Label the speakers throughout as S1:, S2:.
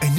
S1: En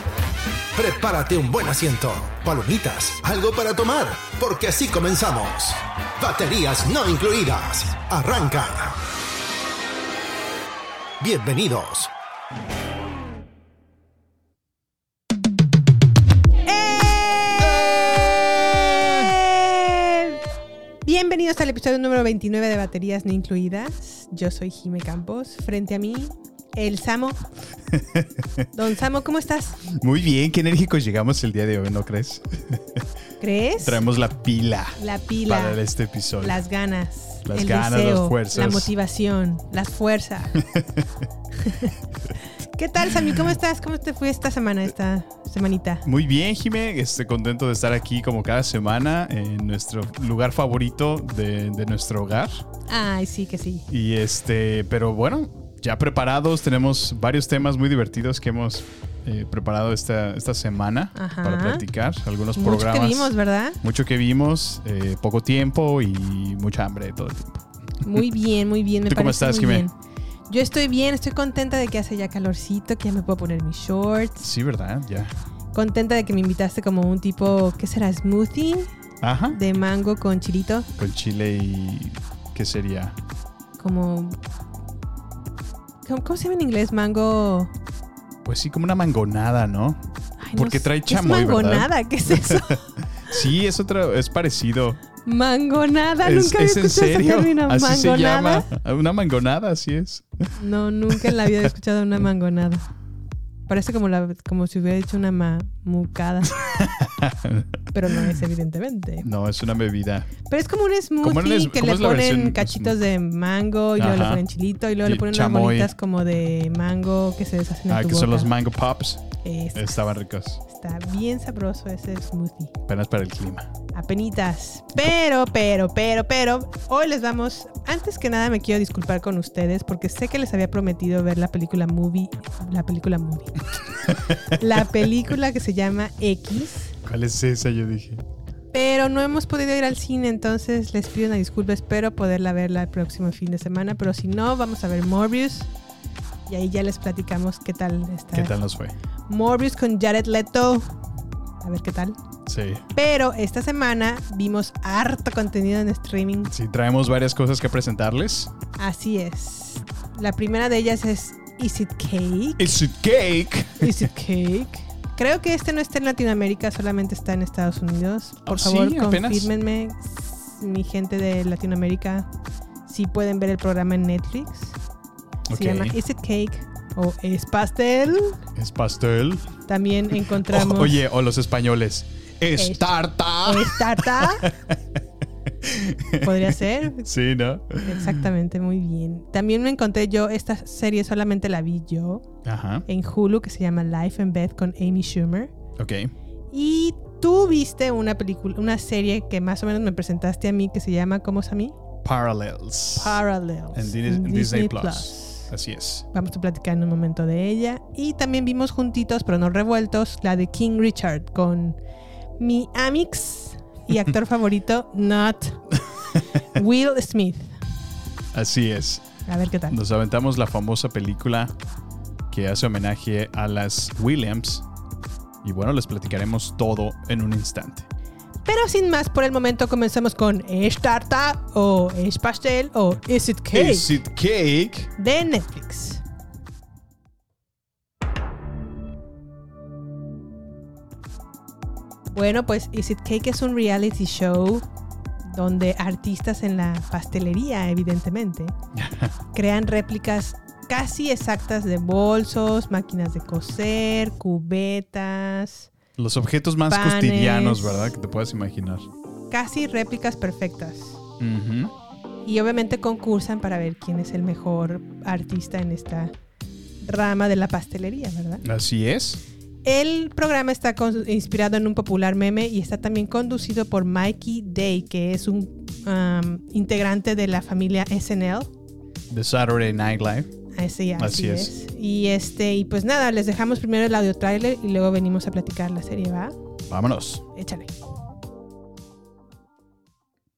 S1: Prepárate un buen asiento, palomitas, algo para tomar, porque así comenzamos. Baterías no incluidas. Arranca. Bienvenidos.
S2: Bienvenidos al episodio número 29 de Baterías No Incluidas. Yo soy Jime Campos. Frente a mí, el Samo. Don Samo, ¿cómo estás?
S3: Muy bien, qué enérgicos llegamos el día de hoy, ¿no crees?
S2: ¿Crees?
S3: Traemos la pila
S2: la pila,
S3: para este episodio.
S2: las ganas,
S3: Las
S2: el
S3: ganas,
S2: deseo,
S3: las fuerzas.
S2: la motivación, las fuerzas. ¿Qué tal, Sami? ¿Cómo estás? ¿Cómo te fue esta semana, esta semanita?
S3: Muy bien, Jime, este, contento de estar aquí como cada semana en nuestro lugar favorito de, de nuestro hogar.
S2: Ay, sí que sí.
S3: Y este, pero bueno, ya preparados, tenemos varios temas muy divertidos que hemos eh, preparado esta, esta semana
S2: Ajá.
S3: para platicar. Algunos
S2: Mucho
S3: programas.
S2: que vimos, ¿verdad?
S3: Mucho que vimos, eh, poco tiempo y mucha hambre todo el tiempo.
S2: Muy bien, muy bien. Me
S3: ¿Tú cómo
S2: parece
S3: estás,
S2: muy
S3: Jimé?
S2: bien. Yo estoy bien, estoy contenta de que hace ya calorcito, que ya me puedo poner mis shorts.
S3: Sí, ¿verdad? Ya.
S2: Contenta de que me invitaste como un tipo, ¿qué será? Smoothie
S3: Ajá.
S2: de mango con chilito,
S3: Con chile y... ¿Qué sería?
S2: como... ¿Cómo, cómo se llama en inglés? Mango...
S3: Pues sí, como una mangonada, ¿no?
S2: Ay, no
S3: Porque
S2: sé.
S3: trae
S2: ¿Es
S3: chamoy, ¿verdad?
S2: mangonada? ¿Qué es eso?
S3: Sí, es otra, es parecido.
S2: mangonada,
S3: es,
S2: Ah, nunca había
S3: es
S2: escuchado
S3: en
S2: ese
S3: serio.
S2: término.
S3: así se llama. Ah,
S2: mangonada.
S3: Una mangonada, así es.
S2: No, nunca en la vida había escuchado una mangonada. Parece como, la, como si hubiera hecho una ma- mucada. Pero no es, evidentemente.
S3: No, es una bebida.
S2: Pero es como un smoothie
S3: un es-
S2: que
S3: cómo
S2: le
S3: es la
S2: ponen
S3: versión-
S2: cachitos de mango y luego le
S3: Ajá.
S2: ponen chilito y luego
S3: Y
S2: le ponen unas
S3: chamoy.
S2: bolitas como de mango que se deshacen en
S3: Ah,
S2: tu
S3: que son los
S2: boca.
S3: mango pops.
S2: Esas.
S3: Estaban ricos.
S2: Está bien sabroso ese smoothie.
S3: Apenas para el clima.
S2: Apenitas. Pero, pero, pero, pero, hoy les vamos... Antes que nada me quiero disculpar con ustedes porque sé que les había prometido ver la película movie... La película movie. la película que se llama X.
S3: ¿Cuál es esa? Yo dije.
S2: Pero no hemos podido ir al cine, entonces les pido una disculpa. Espero poderla verla el próximo fin de semana. Pero si no, vamos a ver Morbius. Y ahí ya les platicamos qué tal está.
S3: ¿Qué tal nos fue?
S2: Morbius con Jared Leto. A ver qué tal.
S3: Sí.
S2: Pero esta semana vimos harto contenido en streaming.
S3: Sí, traemos varias cosas que presentarles.
S2: Así es. La primera de ellas es Is It Cake?
S3: It's a cake.
S2: Is It Cake? Creo que este no está en Latinoamérica, solamente está en Estados Unidos. Por
S3: Ah, sí,
S2: favor,
S3: apenas.
S2: confírmenme, s- mi gente de Latinoamérica, si pueden ver el programa en Netflix. Se
S3: Ok.
S2: llama Is It Cake o Es Pastel.
S3: Es pastel.
S2: También encontramos
S3: O- oye, o los españoles. Es
S2: Es-
S3: tarta.
S2: Es Tarta. Podría ser,
S3: Sí, ¿no?
S2: exactamente, muy bien. También me encontré yo, esta serie solamente la vi yo,
S3: Ajá.
S2: en Hulu, que se llama Life in Bed con Amy Schumer.
S3: Ok.
S2: Y tú viste una película, una serie que más o menos me presentaste a mí que se llama ¿Cómo es a mí?
S3: Parallels.
S2: Parallels.
S3: En Dis- en Disney Plus. Así es.
S2: Vamos a platicar en un momento de ella. Y también vimos juntitos, pero no revueltos, la de King Richard con mi amix y actor favorito, Not Will Smith.
S3: Así es.
S2: A ver qué tal.
S3: Nos aventamos la famosa película que hace homenaje a las Williams. Y bueno, les platicaremos todo en un instante.
S2: Pero sin más, por el momento comenzamos con Es tarta o Es pastel o Is it cake
S3: Is it cake?
S2: de Netflix. Bueno, pues Is It Cake es un reality show donde artistas en la pastelería, evidentemente, crean réplicas casi exactas de bolsos, máquinas de coser, cubetas,
S3: Los objetos más
S2: Panes.
S3: cotidianos, ¿verdad? Que te puedas imaginar.
S2: casi réplicas perfectas.
S3: Ujú.
S2: Y obviamente concursan para ver quién es el mejor artista en esta rama de la pastelería, ¿verdad?
S3: Así es.
S2: El programa está con- inspirado en un popular meme y está también conducido por Mikey Day, que es un um, integrante de la familia SNL.
S3: The Saturday Night Live.
S2: Así, así
S3: Así
S2: es.
S3: es.
S2: Y este, y pues nada, les dejamos primero el audio trailer y luego venimos a platicar la serie, ¿va?
S3: Vámonos.
S2: Échale.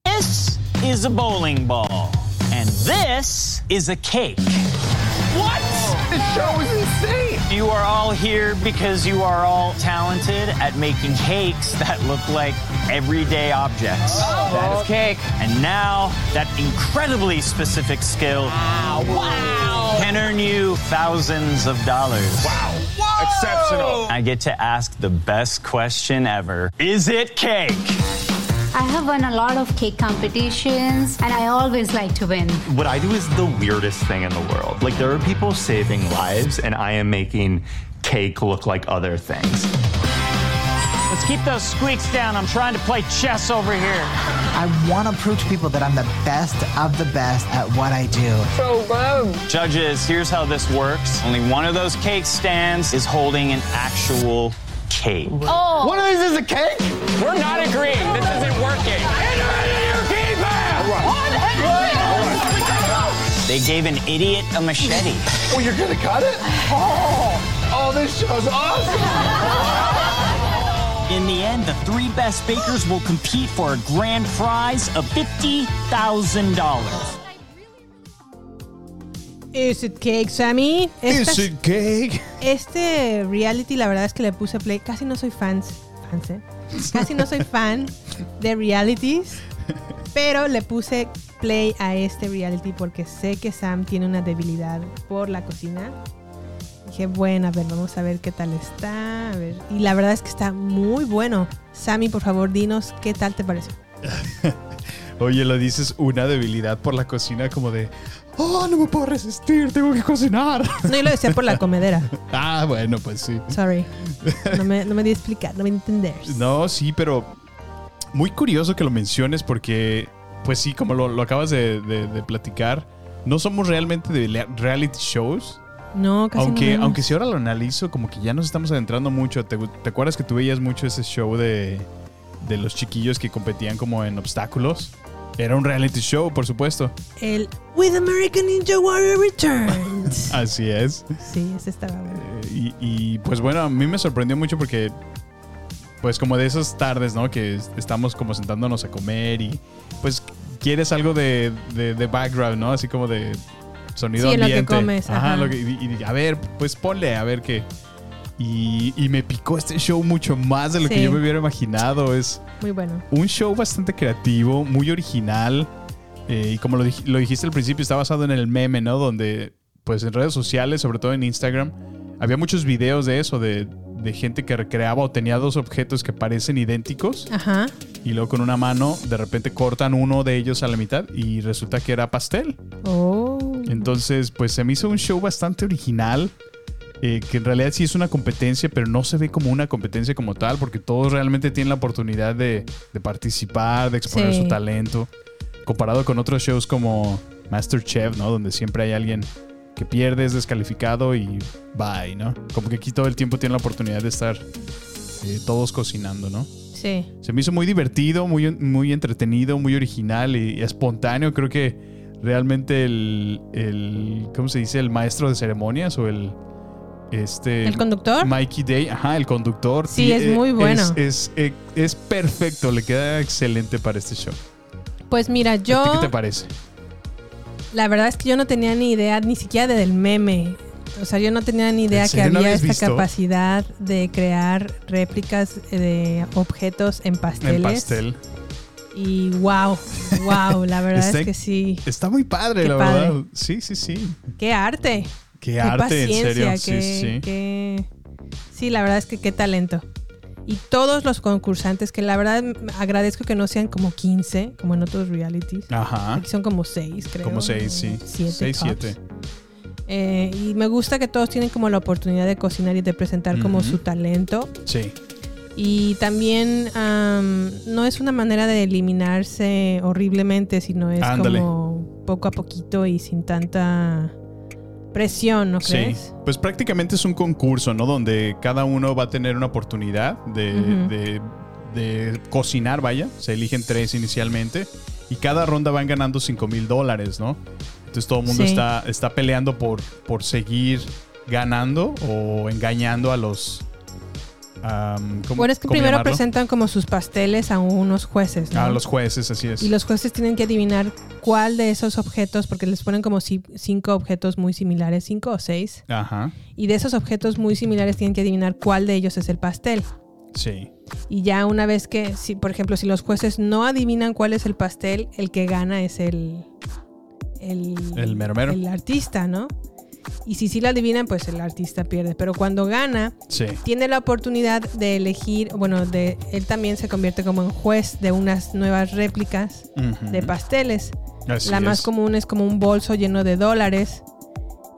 S4: This is a bowling ball, and this is a cake. What? This show is insane. You are all here because you are all talented at making cakes that look like everyday objects. That is cake. And now, that incredibly specific skill can earn you thousands of dollars. Wow. Exceptional. I get to ask the best question ever Is it cake?
S5: I have won a lot of cake competitions and I always like to win.
S6: What I do is the weirdest thing in the world. Like, there are people saving lives, and I am making cake look like other things.
S4: Let's keep those squeaks down. I'm trying to play chess over here.
S7: I want to prove to people that I'm the best of the best at what I do.
S4: Judges, here's how this works. Only one of those cake stands is holding an actual cake.
S5: Oh,
S6: One of these is a cake?
S4: We're not agreeing. This isn't working. They gave an idiot a machete.
S6: Oh, you're gonna cut it? Oh, oh this show's awesome!
S4: In the end, the three best bakers will compete for a grand prize of $50,000.
S2: Is it cake, Sammy? Esta-
S3: Is it cake?
S2: Este reality, la verdad es que le puse play. Casi no soy fans, fans, ¿eh? Casi no soy fan de realities, pero le puse play a este reality porque sé que Sam tiene una debilidad por la cocina. Dije, bueno, a ver, vamos a ver qué tal está. a ver. Y la verdad es que está muy bueno. Sammy, por favor, dinos qué tal te pareció.
S3: Oye, lo dices una debilidad por la cocina como de, oh, no me puedo resistir, tengo que cocinar.
S2: No, yo lo decía por la comedera.
S3: ah, bueno, pues sí.
S2: Sorry. No me, no me di a explicar, no me entender.
S3: No, sí, pero muy curioso que lo menciones porque, pues sí, como lo, lo acabas de, de- de platicar, no somos realmente de lea- reality shows.
S2: No, casi no
S3: aunque,
S2: vemos.
S3: aunque si ahora lo analizo, como que ya nos estamos adentrando mucho. ¿Te, te acuerdas que tú veías mucho ese show de, de los chiquillos que competían como en obstáculos? Era un reality show, por supuesto.
S2: El With American Ninja Warrior Returns.
S3: Así es.
S2: Sí, ese estaba bueno.
S3: Eh, Y, y, pues bueno, a mí me sorprendió mucho porque, pues como de esas tardes, ¿no? Que es- estamos como sentándonos a comer y pues quieres algo de, de- de background, ¿no? Así como de sonido
S2: Sí, lo que
S3: ambiente.
S2: comes, ajá.
S3: lo que- y, y a ver, pues ponle, a ver qué. Y, y me picó este show mucho más de lo
S2: Sí.
S3: que yo me hubiera imaginado. Es
S2: Muy bueno.
S3: un show bastante creativo, muy original. eh, y como lo, dij- lo dijiste al principio, está basado en el meme, ¿no? Donde, pues en redes sociales, sobre todo en Instagram, había muchos videos de eso, de, de gente que recreaba o tenía dos objetos que parecen idénticos.
S2: Ajá.
S3: Y luego con una mano, de repente cortan uno de ellos a la mitad y resulta que era pastel.
S2: Oh.
S3: Entonces, pues se me hizo un show bastante original. eh, que en realidad sí es una competencia, pero no se ve como una competencia como tal, porque todos realmente tienen la oportunidad de, de participar, de exponer
S2: Sí.
S3: su talento. Comparado con otros shows como Masterchef, ¿no? Donde siempre hay alguien que pierde, es descalificado y bye, ¿no? Como que aquí todo el tiempo tienen la oportunidad de estar eh, todos cocinando, ¿no?
S2: Sí.
S3: Se me hizo muy divertido, muy, muy entretenido, muy original y, espontáneo. Creo que realmente el, el- ¿Cómo se dice? El maestro de ceremonias o el. Este.
S2: ¿El conductor?
S3: Mikey Day. Ajá, el conductor.
S2: Sí, es
S3: eh,
S2: muy bueno.
S3: Es, es- eh, es perfecto, le queda excelente para este show.
S2: Pues mira, yo.
S3: ¿A ti ¿Qué te parece?
S2: La verdad es que yo no tenía ni idea ni siquiera de- del meme. O sea, yo no tenía ni idea que
S3: serio no
S2: había
S3: habías
S2: esta
S3: visto?
S2: capacidad de crear réplicas eh, de objetos en pasteles.
S3: El pastel.
S2: Y wow, wow, la verdad
S3: Está
S2: es
S3: en-
S2: que sí.
S3: Está muy padre,
S2: Qué
S3: la
S2: padre.
S3: verdad. Sí, sí, sí.
S2: ¡Qué arte!
S3: Qué, arte, en serio.
S2: paciencia,
S3: sí,
S2: qué-
S3: sí, sí.
S2: qué- sí, la verdad es que qué talento. y todos los concursantes, que la verdad m- agradezco que no sean como 15, como en otros realities.
S3: Ajá.
S2: Aquí son como 6, creo.
S3: Ah. Como seis, sí.
S2: 7.
S3: Seis, siete.
S2: Eh, y me gusta que todos tienen como la oportunidad de cocinar y de presentar como
S3: Ujú.
S2: su talento.
S3: Sí.
S2: Y también am, no es una manera de eliminarse horriblemente, sino es
S3: Ándale.
S2: como poco a poquito y sin tanta presión, ¿no
S3: Sí,
S2: crees?
S3: pues prácticamente es un concurso, ¿no? Donde cada uno va a tener una oportunidad de,
S2: Ujú.
S3: de- de cocinar, vaya. Se eligen tres inicialmente y cada ronda van ganando 5 mil dólares, ¿no? Entonces todo el mundo
S2: Sí.
S3: está, está peleando por, por seguir ganando o engañando a los... am, ¿cómo-
S2: Bueno, es que
S3: cómo
S2: primero
S3: llamarlo?
S2: presentan como sus pasteles a unos jueces, ¿no?
S3: A los jueces, así es.
S2: y los jueces tienen que adivinar cuál de esos objetos, porque les ponen como ci- cinco objetos muy similares, cinco o seis,
S3: Ajá,
S2: y de esos objetos muy similares tienen que adivinar cuál de ellos es el pastel.
S3: sí.
S2: Y ya una vez que, si, por ejemplo, si los jueces no adivinan cuál es el pastel, el que gana es el. El,
S3: El mero mero.
S2: el artista, ¿no? Y si sí lo adivinan, pues el artista pierde. Pero cuando gana,
S3: Sí.
S2: tiene la oportunidad de elegir, bueno, de, él también se convierte como en juez de unas nuevas réplicas
S3: Ujú.
S2: de pasteles.
S3: Así
S2: la más
S3: es.
S2: común es como un bolso lleno de dólares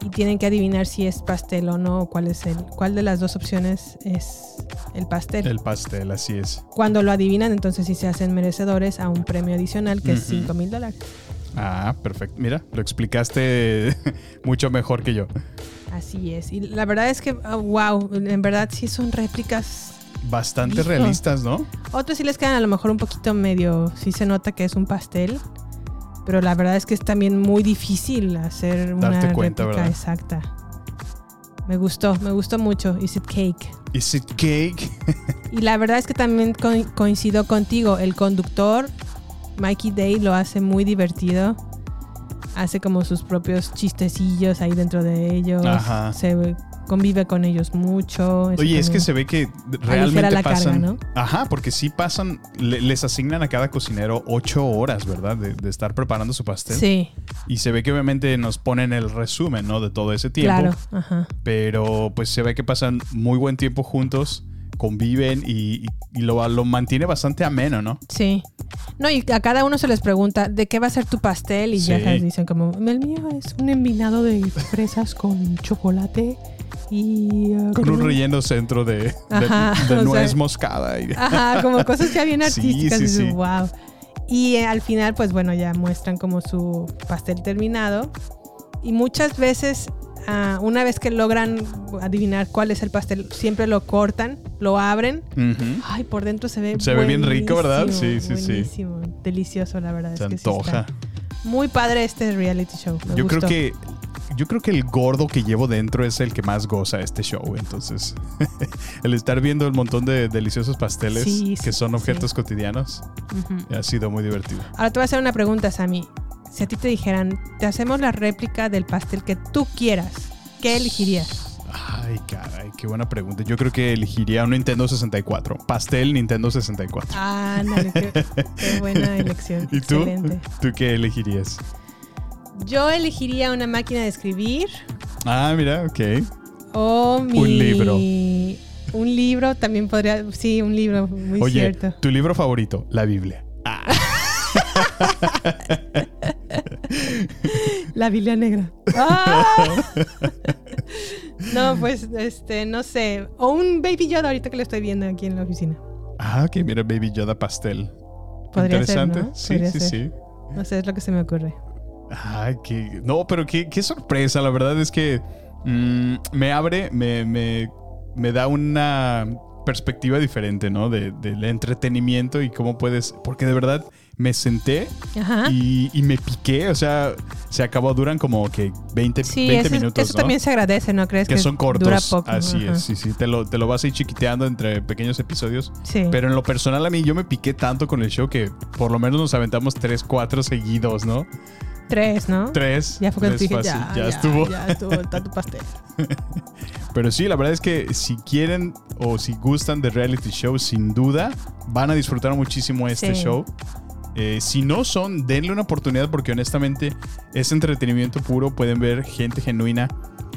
S2: y tienen que adivinar si es pastel o no, o cuál es el, cuál de las dos opciones es el pastel.
S3: El pastel, así es.
S2: Cuando lo adivinan, entonces sí se hacen merecedores a un premio adicional que es
S3: Ujú.
S2: 5 mil dólares.
S3: Ah, perfecto. Mira, lo explicaste mucho mejor que yo.
S2: Así es. Y la verdad es que, ah, wow, en verdad sí son réplicas.
S3: Bastante
S2: Listo.
S3: realistas, ¿no?
S2: Otros sí les quedan a lo mejor un poquito medio, sí se nota que es un pastel, pero la verdad es que es también muy difícil hacer una
S3: Darte cuenta,
S2: réplica
S3: ¿verdad?
S2: exacta. Me gustó, me gustó mucho. Is it cake?
S3: Is it cake?
S2: Y la verdad es que también co- coincido contigo. El conductor, Mikey Day, lo hace muy divertido. Hace como sus propios chistecillos ahí dentro de ellos.
S3: Ajá.
S2: Se convive con ellos mucho. Eso
S3: Oye, es que
S2: también.
S3: se ve que realmente
S2: la carga,
S3: pasan.
S2: ¿no?
S3: Ajá, porque sí pasan, le- les asignan a cada cocinero ocho horas, ¿verdad? De, de estar preparando su pastel.
S2: Sí,
S3: Y se ve que obviamente nos ponen el resumen, ¿no? De todo ese tiempo.
S2: claro. Ajá.
S3: Pero pues se ve que pasan muy buen tiempo juntos, conviven y, y- y lo, lo mantiene bastante ameno, ¿no?
S2: Sí. No, y a cada uno se les pregunta, ¿de qué va a ser tu pastel? Y ya
S3: Sí.
S2: les dicen como, el mío es un envinado de fresas con chocolate y... eh,
S3: Con un relleno centro de, de,
S2: Ajá,
S3: de
S2: o sea-
S3: nuez moscada. y-
S2: Ajá, como cosas ya bien
S3: Sí,
S2: artísticas.
S3: sí,
S2: dices,
S3: sí.
S2: wow. Y eh, al final, pues bueno, ya muestran como su pastel terminado. Y muchas veces, ah, una vez que logran adivinar cuál es el pastel, siempre lo cortan, lo abren.
S3: Ujú.
S2: Ay, por dentro se ve
S3: Se ve bien rico, ¿verdad?
S2: buenísimo,
S3: Sí, sí, sí.
S2: buenísimo. Delicioso, la verdad.
S3: Se
S2: es que sí
S3: antoja.
S2: está muy padre este reality show. me
S3: Yo
S2: gustó.
S3: creo que yo creo que el gordo que llevo dentro es el que más goza este show. Entonces, el estar viendo el montón de deliciosos pasteles
S2: Sí, sí,
S3: que son
S2: sí.
S3: objetos cotidianos
S2: Ujú.
S3: ha sido muy divertido.
S2: Ahora te voy a hacer una pregunta, Sammy. Si a ti te dijeran, te hacemos la réplica del pastel que tú quieras, ¿qué elegirías?
S3: Ay, caray, qué buena pregunta. Yo creo que elegiría un Nintendo 64. Pastel Nintendo 64.
S2: Ah, ándale, qué, qué buena elección.
S3: ¿Y tú?
S2: Excelente.
S3: ¿Tú qué elegirías?
S2: Yo elegiría una máquina de escribir
S3: Ah, mira, ok.
S2: o mi...
S3: Un libro.
S2: Un libro también podría... Sí, un libro, muy
S3: Oye,
S2: cierto.
S3: tu libro favorito, la Biblia.
S2: La Biblia Negra. ¡Ah! no, pues, este, no sé. O un Baby Yoda ahorita que lo estoy viendo aquí en la oficina.
S3: Ah, ok, mira, Baby Yoda pastel.
S2: Podría ser,
S3: Interesante.
S2: ¿no?
S3: Sí,
S2: Podría
S3: sí,
S2: ser.
S3: sí.
S2: No sé, es lo que se me ocurre.
S3: Ay, qué. No, pero qué, qué sorpresa. La verdad es que mm, me abre, me, me- me da una perspectiva diferente, ¿no? De- del entretenimiento y cómo puedes. Porque de verdad me senté
S2: Ajá.
S3: y, y me piqué. O sea, se acabó, duran como que 20,
S2: Sí,
S3: 20
S2: eso,
S3: minutos.
S2: eso
S3: ¿no?
S2: también se agradece, ¿no crees?
S3: que, son cortos.
S2: Dura poco.
S3: Así
S2: Ajá.
S3: es, sí, sí. Te lo, te lo vas a ir chiquiteando entre pequeños episodios.
S2: Sí.
S3: Pero en lo personal a mí yo me piqué tanto con el show que por lo menos nos aventamos 3, 4 seguidos, ¿no?
S2: Tres, ¿no?
S3: Tres.
S2: Ya fue cuando
S3: tres
S2: te dije,
S3: fácil,
S2: ya,
S3: estuvo.
S2: Ya estuvo, está tu pastel.
S3: Pero sí, la verdad es que si quieren o si gustan de reality show, sin duda van a disfrutar muchísimo este
S2: Sí.
S3: show. Eh, si no son, denle una oportunidad porque honestamente es entretenimiento puro. Pueden ver gente genuina,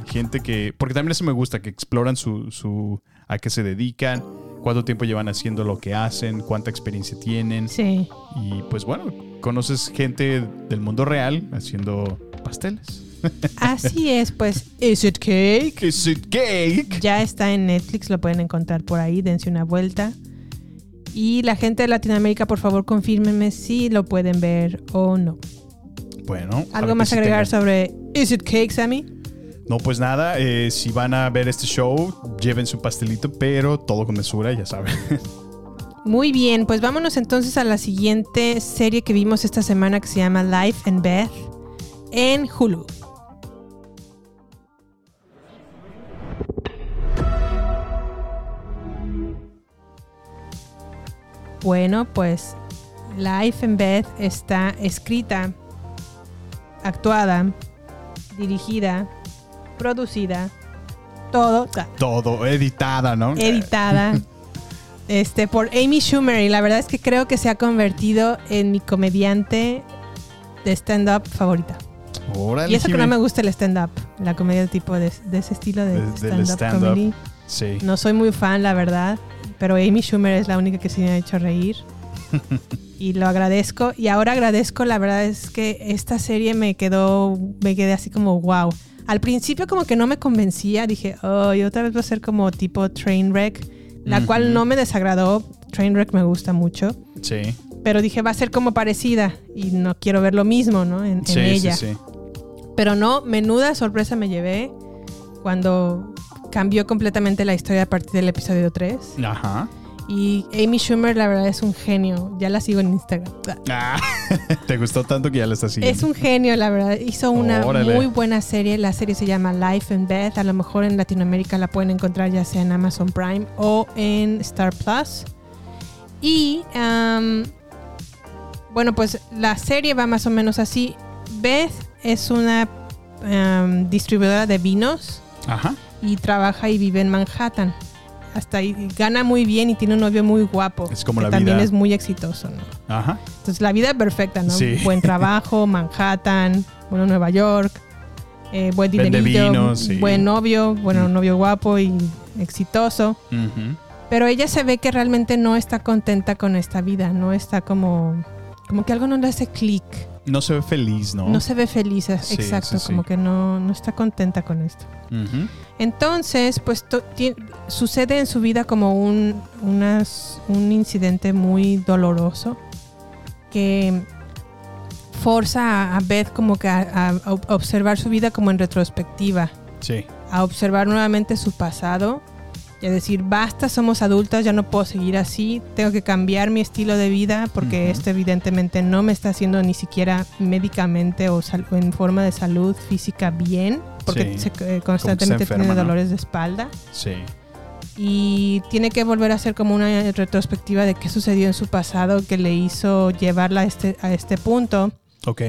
S3: gente que. Porque también eso me gusta, que exploran su, su- a qué se dedican, cuánto tiempo llevan haciendo lo que hacen, cuánta experiencia tienen.
S2: Sí.
S3: Y pues bueno, conoces gente del mundo real haciendo pasteles.
S2: Así es, pues. Is it cake?
S3: Is it cake?
S2: Ya está en Netflix, lo pueden encontrar por ahí, dense una vuelta. Y la gente de Latinoamérica, por favor, confírmenme si lo pueden ver o no.
S3: Bueno. a
S2: ¿Algo
S3: ver
S2: más
S3: si
S2: a agregar
S3: tengan-
S2: sobre Is It Cake, Sammy?
S3: No, pues nada, eh, si van a ver este show, lleven su pastelito, pero todo con mesura, ya saben.
S2: Muy bien, pues vámonos entonces a la siguiente serie que vimos esta semana que se llama Life and Beth en Hulu. Bueno, pues Life and Beth está escrita, actuada, dirigida, producida, todo,
S3: todo, editada, ¿no?
S2: editada este, por Amy Schumer. Y la verdad es que creo que se ha convertido en mi comediante de stand-up favorita.
S3: Órale,
S2: Y eso que
S3: Jimé.
S2: no me gusta el stand-up, la comedia tipo de, de ese estilo de
S3: Del- del
S2: stand-up
S3: stand-up.
S2: comedy.
S3: Sí.
S2: No soy muy fan, la verdad, pero Amy Schumer es la única que sí me ha hecho reír. y lo agradezco. Y ahora agradezco, la verdad es que esta serie me quedó, me quedé así como wow. Al principio como que no me convencía, dije, oh, y otra vez va a ser como tipo Trainwreck, la cual no me desagradó. Trainwreck me gusta mucho,
S3: Sí.
S2: pero dije, va a ser como parecida y no quiero ver lo mismo, ¿no? En, en
S3: Sí,
S2: ella.
S3: sí, sí.
S2: Pero no, menuda sorpresa me llevé cuando cambió completamente la historia a partir del episodio 3.
S3: Ajá.
S2: Y Amy Schumer, la verdad, es un genio. Ya la sigo en Instagram.
S3: Ah, te gustó tanto que ya la estás siguiendo.
S2: Es un genio, la verdad. Hizo una
S3: Órale.
S2: muy buena serie. La serie se llama Life and Beth. A lo mejor en Latinoamérica la pueden encontrar ya sea en Amazon Prime o en Star Plus. Y am, bueno, pues la serie va más o menos así. Beth es una am, distribuidora de vinos
S3: Ajá.
S2: y trabaja y vive en Manhattan. Hasta ahí y gana muy bien y tiene un novio muy guapo.
S3: Es como
S2: que
S3: la
S2: también
S3: vida.
S2: es muy exitoso, ¿no?
S3: Ajá.
S2: Entonces la vida es perfecta, ¿no?
S3: Sí.
S2: Buen trabajo, Manhattan, bueno, Nueva York, eh, buen
S3: Vende
S2: dinerito,
S3: vino, sí. Mm.
S2: buen novio, bueno, novio guapo y exitoso.
S3: Ujú.
S2: Pero ella se ve que realmente no está contenta con esta vida, no está como, como que algo no le hace clic,
S3: No se ve feliz, ¿no?
S2: no. se ve feliz,
S3: Sí,
S2: exacto,
S3: sí, sí.
S2: como que no, no está contenta con esto.
S3: Ujú.
S2: Entonces, pues to- ti- sucede en su vida como un, unas- un incidente muy doloroso que forza a- a Beth como que a, a ob- observar su vida como en retrospectiva,
S3: Sí.
S2: a observar nuevamente su pasado y a decir, basta, somos adultos, ya no puedo seguir así, tengo que cambiar mi estilo de vida porque
S3: Ujú.
S2: esto evidentemente no me está haciendo ni siquiera médicamente o sal- en forma de salud física bien, porque
S3: Sí.
S2: se- eh, constantemente
S3: enferma,
S2: tiene
S3: ¿no?
S2: dolores de espalda
S3: Sí.
S2: y tiene que volver a hacer como una retrospectiva de qué sucedió en su pasado que le hizo llevarla a este, a este punto.
S3: Ok.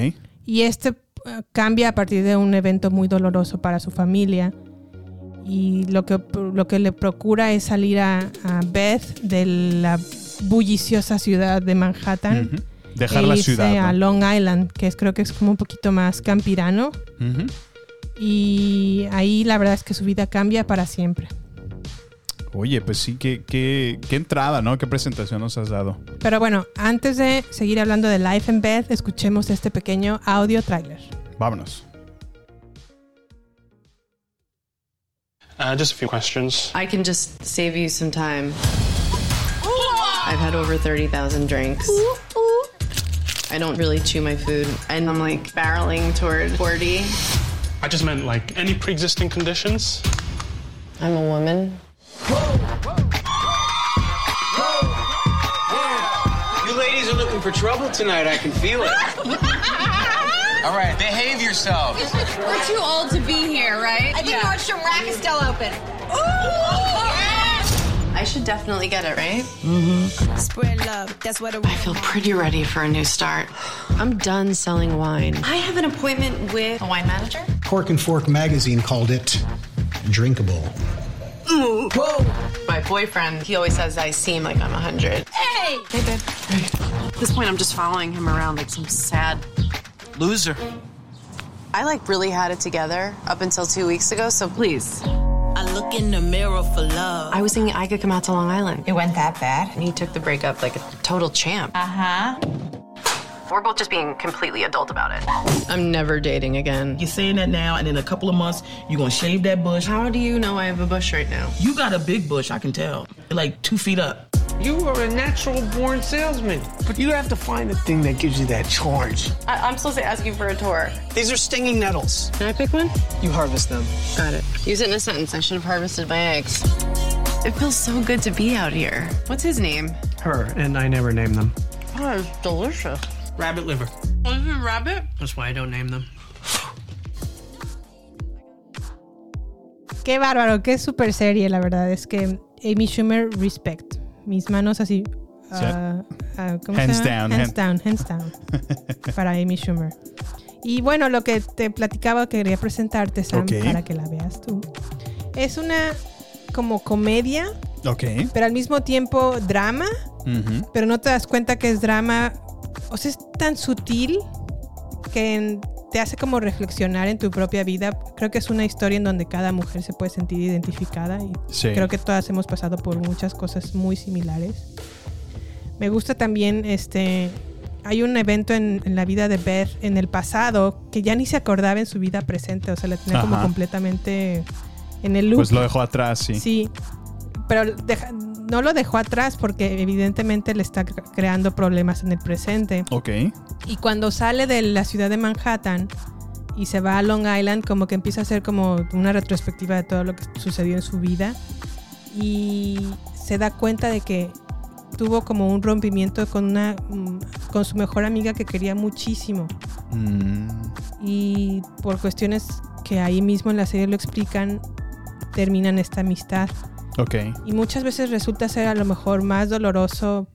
S2: Y este eh, cambia a partir de un evento muy doloroso para su familia. Y lo que, lo que le procura es salir a, a Beth de la bulliciosa ciudad de Manhattan.
S3: Ujú. Dejar
S2: e
S3: la
S2: irse
S3: ciudad.
S2: a
S3: ¿no?
S2: Long Island, que es, creo que es como un poquito más campirano.
S3: Ujú.
S2: Y ahí la verdad es que su vida cambia para siempre.
S3: Oye, pues sí, qué, qué, qué entrada, ¿no? Qué presentación nos has dado.
S2: Pero bueno, antes de seguir hablando de Life and Beth, escuchemos este pequeño audio trailer.
S3: Vámonos.
S8: Uh, just a few questions.
S9: I can just save you some time. I've had over 30,000 drinks. I don't really chew my food, and I'm like barreling toward 40.
S8: I just meant like any pre existing conditions.
S9: I'm a woman.
S10: You ladies are looking for trouble tonight. I can feel it. All right, behave yourself.
S11: We're too old to be here, right? I think yeah. Nordstrom Rack is still open.
S9: I should definitely get it, right?
S11: Spread love. That's what
S9: Mm-hmm. I feel pretty ready for a new start. I'm done selling wine. I have an appointment with a wine manager.
S12: Cork and Fork magazine called it drinkable.
S9: My boyfriend, he always says I seem like I'm 100. Hey! Hey, babe. At this point, I'm just following him around like some sad
S10: Loser.
S9: I like really had it together up until two weeks ago, so please. I
S13: Look in the mirror for love.
S9: I was thinking I could come out to Long Island. It went that bad. And he took the breakup like a total champ. Uh huh. We're both just being completely adult about it. I'm never dating again.
S13: You're saying that now, and in a couple of months, you're gonna shave that bush.
S9: How do you know I have a bush right now?
S13: You got a big bush, I can tell. Like two feet up.
S10: You are a natural born salesman, but you have to find the thing that gives you that charge.
S9: I- I'm supposed to ask you for a tour.
S10: These are stinging nettles.
S9: Can I pick one?
S10: You harvest them.
S9: Got it. Use it in a sentence. I should have harvested my eggs. It feels so good to be out here. What's his name?
S10: Her, and I never name them.
S9: Oh, it's delicious.
S10: Rabbit liver.
S9: Oh, is it rabbit?
S10: That's why I don't name them.
S2: Qué bárbaro, qué super serie, la verdad. Es que Amy Schumer, respect. Mis manos así. ah, ah, ¿cómo se
S3: Hands
S2: llama?
S3: down,
S2: Hands
S3: hand-
S2: down, hands down. para Amy Schumer. Y bueno, lo que te platicaba, quería presentarte, Sam,
S3: Ok.
S2: para que la veas tú. Es una como comedia,
S3: Ok.
S2: pero al mismo tiempo drama,
S3: Ujú.
S2: pero no te das cuenta que es drama. O sea, es tan sutil que en- te hace como reflexionar en tu propia vida. Creo que es una historia en donde cada mujer se puede sentir identificada y
S3: Sí.
S2: creo que todas hemos pasado por muchas cosas muy similares. Me gusta también este hay un evento en, en la vida de Beth en el pasado que ya ni se acordaba en su vida presente, o sea, la tenía como
S3: Ajá.
S2: completamente en el loop.
S3: Pues lo dejó atrás, sí.
S2: Sí, pero deja- no lo dejó atrás porque evidentemente le está cre- creando problemas en el presente.
S3: Ok.
S2: Y cuando sale de la ciudad de Manhattan y se va a Long Island, como que empieza a hacer como una retrospectiva de todo lo que sucedió en su vida y se da cuenta de que tuvo como un rompimiento con una mm, con su mejor amiga que quería muchísimo
S3: Mm.
S2: y por cuestiones que ahí mismo en la serie lo explican terminan esta amistad
S3: Ok.
S2: y muchas veces resulta ser a lo mejor más doloroso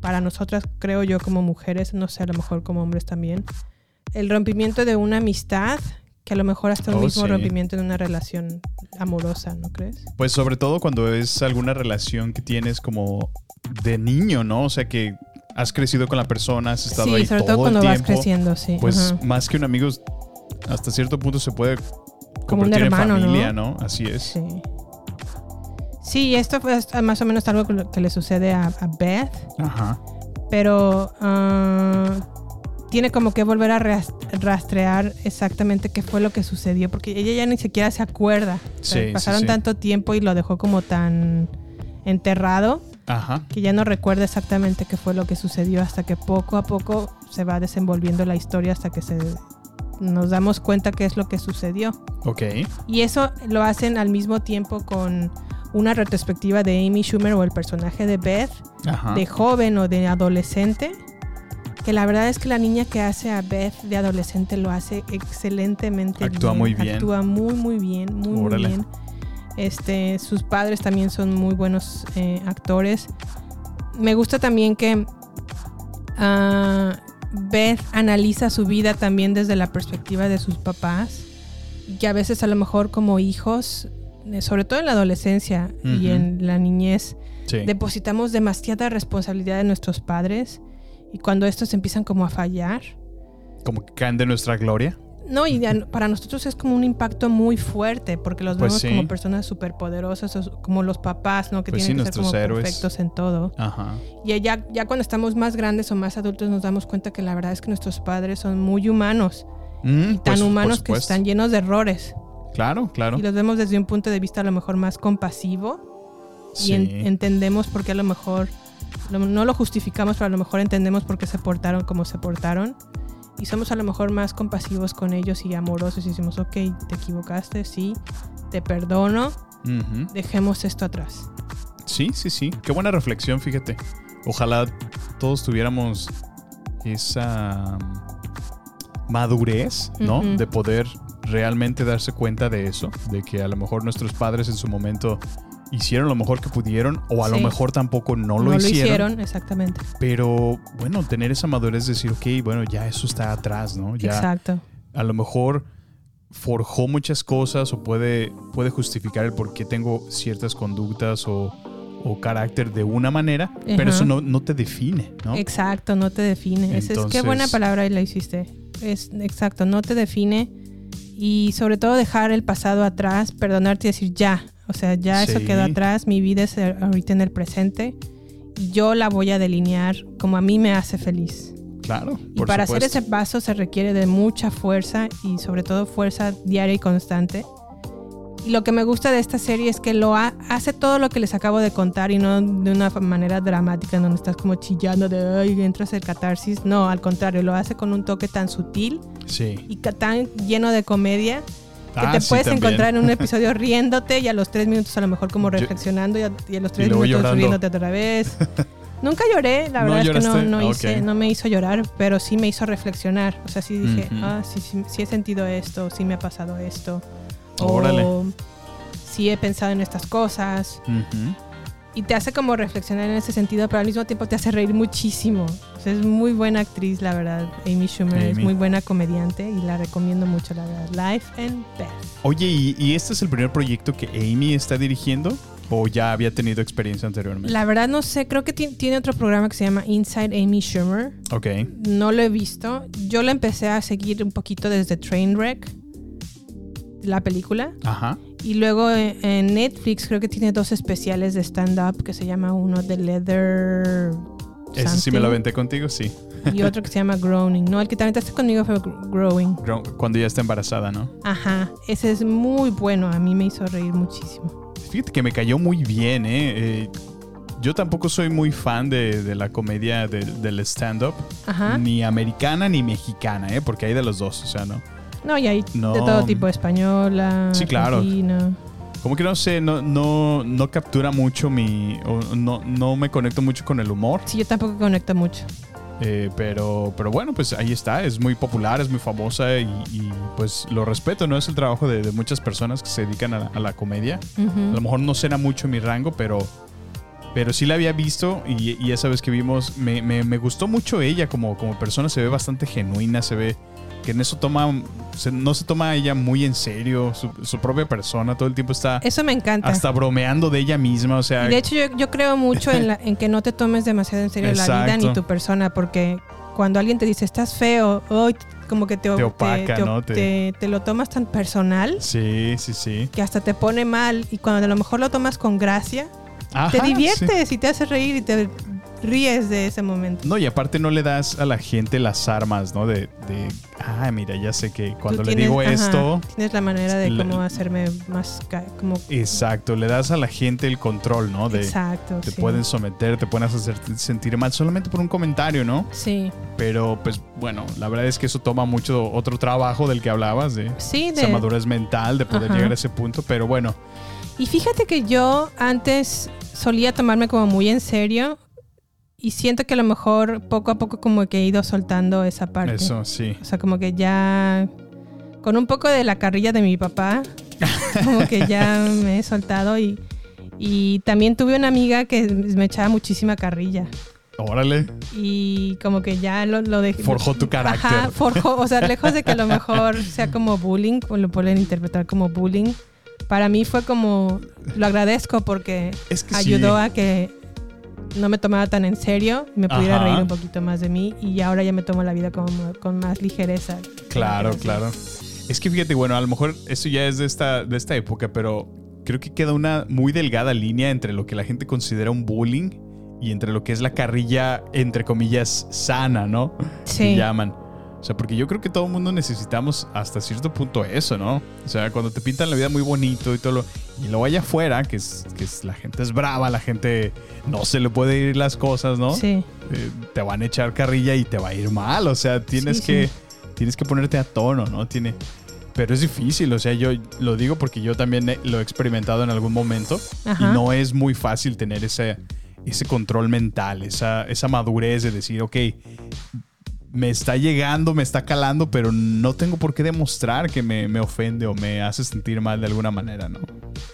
S2: para nosotras, creo yo, como mujeres, no sé, a lo mejor como hombres también, el rompimiento de una amistad que a lo mejor hasta un
S3: Oh,
S2: mismo
S3: sí.
S2: rompimiento de una relación amorosa, ¿no crees?
S3: Pues sobre todo cuando es alguna relación que tienes como de niño, ¿no? O sea que has crecido con la persona, has estado
S2: Sí,
S3: ahí
S2: sobre
S3: todo,
S2: todo
S3: el
S2: cuando vas
S3: tiempo.
S2: creciendo, sí,
S3: Pues
S2: ajá.
S3: más que un amigo, hasta cierto punto se puede
S2: Como un
S3: convertir
S2: hermano,
S3: en
S2: ¿no?
S3: familia, ¿no? Así es.
S2: Sí, esto fue hasta- más o menos algo que lo- que le sucede a, a Beth,
S3: Ajá.
S2: pero ah, tiene como que volver a ras- rastrear exactamente qué fue lo que sucedió, porque ella ya ni siquiera se acuerda. O sea,
S3: Sí, sí,
S2: pasaron
S3: sí.
S2: tanto tiempo y lo dejó como tan enterrado.
S3: Ajá.
S2: que ya no recuerda exactamente qué fue lo que sucedió hasta que poco a poco se va desenvolviendo la historia hasta que se nos damos cuenta qué es lo que sucedió.
S3: Ok.
S2: Y eso lo hacen al mismo tiempo con una retrospectiva de Amy Schumer o el personaje de Beth,
S3: Ajá.
S2: de joven o de adolescente, que la verdad es que la niña que hace a Beth de adolescente lo hace excelentemente
S3: Actúa
S2: bien,
S3: muy bien.
S2: Actúa muy, muy bien, muy, muy
S3: Órale.
S2: bien. Este, sus padres también son muy buenos eh, actores. Me gusta también que ah, Beth analiza su vida también desde la perspectiva de sus papás y que a veces a lo mejor como hijos, eh, sobre todo en la adolescencia y
S3: Ujú.
S2: en la niñez,
S3: Sí.
S2: depositamos demasiada responsabilidad en nuestros padres y cuando estos empiezan como a fallar,
S3: Como que caen de nuestra gloria.
S2: no, y ya no- para nosotros es como un impacto muy fuerte porque los
S3: Pues
S2: vemos
S3: sí.
S2: como personas superpoderosas, os- como los papás, ¿no? Que
S3: Pues sí,
S2: tienen que ser
S3: nuestros
S2: como
S3: héroes.
S2: perfectos en todo.
S3: Ajá.
S2: Y ya, ya cuando estamos más grandes o más adultos nos damos cuenta que la verdad es que nuestros padres son muy humanos,
S3: Mm,
S2: tan
S3: pues, por
S2: humanos que
S3: supuesto.
S2: están llenos de errores.
S3: Claro, claro.
S2: Y los vemos desde un punto de vista a lo mejor más compasivo.
S3: Sí.
S2: Y en- entendemos por qué a lo mejor, lo- no lo justificamos, pero a lo mejor entendemos por qué se portaron como se portaron. Y somos a lo mejor más compasivos con ellos y amorosos. Y decimos, ok, te equivocaste, sí, te perdono,
S3: Ujú.
S2: dejemos esto atrás.
S3: Sí, sí, sí. Qué buena reflexión, fíjate. Ojalá todos tuviéramos esa mm, madurez, ¿no?
S2: Ujú.
S3: De poder realmente darse cuenta de eso, de que a lo mejor nuestros padres en su momento hicieron lo mejor que pudieron o a lo
S2: Sí.
S3: mejor tampoco no, lo, hicieron,
S2: exactamente.
S3: Pero bueno, tener esa madurez, de decir, ok, bueno, ya eso está atrás, ¿no? Ya,
S2: Exacto.
S3: a lo mejor forjó muchas cosas o puede, puede justificar el por qué tengo ciertas conductas o, o carácter de una manera, pero
S2: Ajá.
S3: eso no, no te define, ¿no?
S2: Exacto, no te define. Esa es qué
S3: Entonces-
S2: buena palabra y la hiciste. Es exacto, no te define y sobre todo dejar el pasado atrás, perdonarte y decir ya, O sea, ya eso
S3: Sí.
S2: quedó atrás. Mi vida es ahorita en el presente. Y yo la voy a delinear como a mí me hace feliz.
S3: Claro.
S2: Y para hacer ese paso se requiere de mucha fuerza y sobre todo fuerza diaria y constante. Y lo que me gusta de esta serie es que lo ha- hace todo lo que les acabo de contar y no de una manera dramática en donde estás como chillando de ay, entras el catarsis. No, al contrario, lo hace con un toque tan sutil
S3: Sí.
S2: y ca- tan lleno de comedia que
S3: Ah,
S2: te
S3: sí,
S2: puedes
S3: también.
S2: encontrar en un episodio riéndote y a los tres minutos a lo mejor como
S3: Yo-
S2: reflexionando y a, y a los tres
S3: luego
S2: minutos
S3: llorando.
S2: riéndote otra vez. Nunca lloré, la
S3: ¿No
S2: verdad es que no,
S3: lloraste?
S2: no,
S3: Ah,
S2: hice,
S3: ok.
S2: no me hizo llorar, pero sí me hizo reflexionar. O sea, sí dije,
S3: Ujú.
S2: ah, sí, sí, sí he sentido esto, sí me ha pasado esto.
S3: Órale.
S2: O sí he pensado en estas cosas.
S3: Ujú.
S2: Y te hace como reflexionar en ese sentido, pero al mismo tiempo te hace reír muchísimo. O sea, es muy buena actriz, la verdad. Amy Schumer es
S3: Amy.
S2: muy buena comediante y la recomiendo mucho, la verdad. Life and Death.
S3: Oye, ¿y, y este es el primer proyecto que Amy está dirigiendo? ¿O ya había tenido experiencia anteriormente?
S2: La verdad no sé, creo que ti- tiene otro programa que se llama Inside Amy Schumer.
S3: Ok.
S2: No lo he visto. Yo la empecé a seguir un poquito desde Trainwreck, la película.
S3: Ajá.
S2: Y luego en en Netflix creo que tiene dos especiales de stand-up que se llama uno The Leather...
S3: Ese sí me
S2: something
S3: lo aventé contigo, sí.
S2: Y otro que se llama Growing. No, el que también está conmigo fue Gr- Growing.
S3: Gro- Cuando ya está embarazada, ¿no?
S2: Ajá, ese es muy bueno. A mí me hizo reír muchísimo.
S3: Fíjate que me cayó muy bien, ¿eh? Eh, yo tampoco soy muy fan de, de la comedia de- del stand-up.
S2: Ajá.
S3: Ni americana ni mexicana, ¿eh? Porque hay de los dos, o sea, ¿no?
S2: No, y hay
S3: No.
S2: de todo tipo, española,
S3: Sí, claro.
S2: argentina.
S3: Como que no sé, no, no, no captura mucho mi... o no, no me conecto mucho con el humor.
S2: Sí, yo tampoco conecto mucho.
S3: Eh, pero, pero bueno, pues ahí está, es muy popular, es muy famosa y, y, pues lo respeto, ¿no? Es el trabajo de, de muchas personas que se dedican a la, a la comedia.
S2: Ujú.
S3: A lo mejor no será mucho mi rango, pero, pero sí la había visto y, y esa vez que vimos me, me- me gustó mucho ella como, como persona, se ve bastante genuina, se ve que en eso toma, se- no se toma a ella muy en serio, su, su propia persona, todo el tiempo está
S2: Eso me encanta.
S3: hasta bromeando de ella misma, o sea...
S2: Y de hecho, yo, yo creo mucho en, la- en que no te tomes demasiado en serio la vida
S3: Exacto.
S2: ni tu persona, porque cuando alguien te dice estás feo, hoy como que te,
S3: Te opaca, ¿no?
S2: te-
S3: Te-
S2: te lo tomas tan personal
S3: Sí, sí, sí.
S2: que hasta te pone mal. Y cuando a lo mejor lo tomas con gracia, te
S3: Ajá,
S2: diviertes y te hace reír y te ríes de ese momento.
S3: No, y aparte no le das a la gente las armas, ¿no? De, de ah, mira, ya sé que cuando
S2: Tú
S3: le
S2: tienes-
S3: digo
S2: ajá,
S3: esto,
S2: Tienes la manera de
S3: la-
S2: cómo hacerme más. ca- Como,
S3: exacto, le das a la gente el control, ¿no? De,
S2: exacto.
S3: Te
S2: sí.
S3: pueden someter, te pueden hacer sentir mal solamente por un comentario, ¿no?
S2: Sí.
S3: Pero pues bueno, la verdad es que eso toma mucho otro trabajo del que hablabas, de
S2: Sí,
S3: esa
S2: de-
S3: madurez mental, de poder
S2: Ajá.
S3: llegar a ese punto, pero bueno,
S2: Y fíjate que yo antes solía tomarme como muy en serio y siento que a lo mejor poco a poco como que he ido soltando esa parte.
S3: eso sí.
S2: O sea, como que ya con un poco de la carrilla de mi papá, como que ya me he soltado y, y también tuve una amiga que me echaba muchísima carrilla
S3: Órale,
S2: y como que ya lo, lo dejé.
S3: forjó tu carácter.
S2: Ajá, forjó, o sea, lejos de que a lo mejor sea como bullying, o lo pueden interpretar como bullying, para mí fue como, lo agradezco porque
S3: Es que sí.
S2: ayudó a que no me tomara tan en serio, me pudiera
S3: Ajá.
S2: reír un poquito más de mí y ahora ya me tomo la vida como, con más ligereza.
S3: Claro, claro. Es que fíjate, bueno, a lo mejor eso ya es de esta, de esta época, pero creo que queda una muy delgada línea entre lo que la gente considera un bullying y entre lo que es la carrilla, entre comillas, sana, ¿no?
S2: Sí.
S3: Que llaman. O sea, porque yo creo que todo el mundo necesitamos hasta cierto punto eso, ¿no? O sea, cuando te pintan la vida muy bonito y todo lo... Y luego allá afuera, que, es, que es- la gente es brava, la gente no se le puede ir las cosas, ¿no?
S2: Sí.
S3: eh, te van a echar carrilla y te va a ir mal. O sea, tienes
S2: Sí,
S3: que
S2: sí.
S3: tienes que ponerte a tono, ¿no? Tiene, pero es difícil. O sea, yo lo digo porque yo también he- lo he experimentado en algún momento
S2: Ajá.
S3: y no es muy fácil tener ese ese control mental, esa esa madurez de decir, ok, me está llegando, me está calando, pero no tengo por qué demostrar que me, me ofende o me hace sentir mal de alguna manera, ¿no?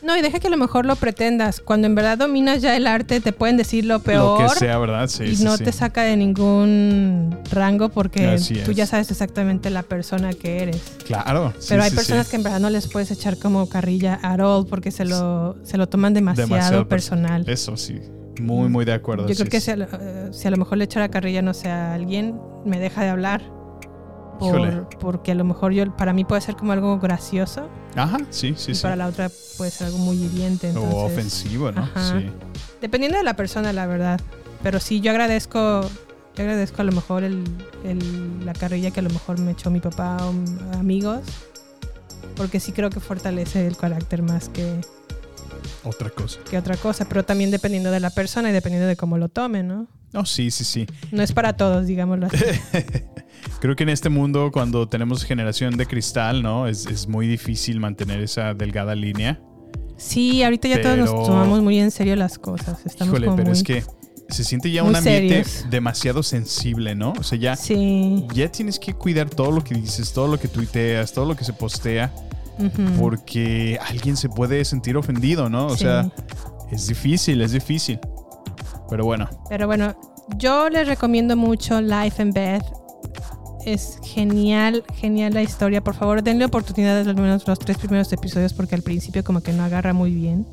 S2: No, y deja que a lo mejor lo pretendas. Cuando en verdad dominas ya el arte, te pueden decir lo peor.
S3: Lo que sea, ¿verdad? Sí,
S2: y
S3: sí,
S2: no
S3: sí.
S2: te saca de ningún rango porque
S3: Así
S2: tú
S3: es.
S2: ya sabes exactamente la persona que eres.
S3: Claro. sí,
S2: Pero hay
S3: sí, sí.
S2: personas que en verdad no les puedes echar como carrilla at all porque se lo, se lo toman demasiado,
S3: perso-
S2: personal.
S3: Eso sí. Muy, muy de acuerdo.
S2: Yo
S3: sí,
S2: creo que
S3: sí.
S2: si a, lo, eh, si a lo mejor le echara carrilla, no sé, a alguien, me deja de hablar.
S3: Híjole.
S2: por- porque a lo mejor yo para mí puede ser como algo gracioso
S3: Ajá, sí, sí,
S2: y
S3: sí.
S2: para la otra puede ser algo muy hiriente. Entonces,
S3: o ofensivo, ¿no?
S2: Ajá.
S3: Sí.
S2: Dependiendo de la persona, la verdad. Pero sí, yo agradezco, yo agradezco a lo mejor el, el- la carrilla que a lo mejor me echó mi papá o m- amigos. Porque sí creo que fortalece el carácter más que,
S3: Otra cosa.
S2: que otra cosa. Pero también dependiendo de la persona y dependiendo de cómo lo tome, ¿no?
S3: No, sí, sí, sí.
S2: No es para todos, digámoslo así.
S3: Creo que en este mundo, cuando tenemos generación de cristal, ¿no? Es, es muy difícil mantener esa delgada línea.
S2: Sí, ahorita ya todos
S3: Pero-
S2: nos tomamos muy en serio las cosas. Estamos
S3: Híjole,
S2: como
S3: pero
S2: muy-
S3: es que se siente ya
S2: muy
S3: un ambiente
S2: serios.
S3: demasiado sensible, ¿no? O sea, ya, ya tienes que cuidar todo lo que dices, todo lo que tuiteas, todo lo que se postea,
S2: Ujú.
S3: porque alguien se puede sentir ofendido, ¿no? O
S2: Mm. Sí.
S3: sea, es difícil, es difícil. Pero bueno,
S2: Pero bueno, yo les recomiendo mucho Life and Beth. Es genial, genial la historia. Por favor, denle oportunidades al menos los tres primeros episodios porque al principio como que no agarra muy bien,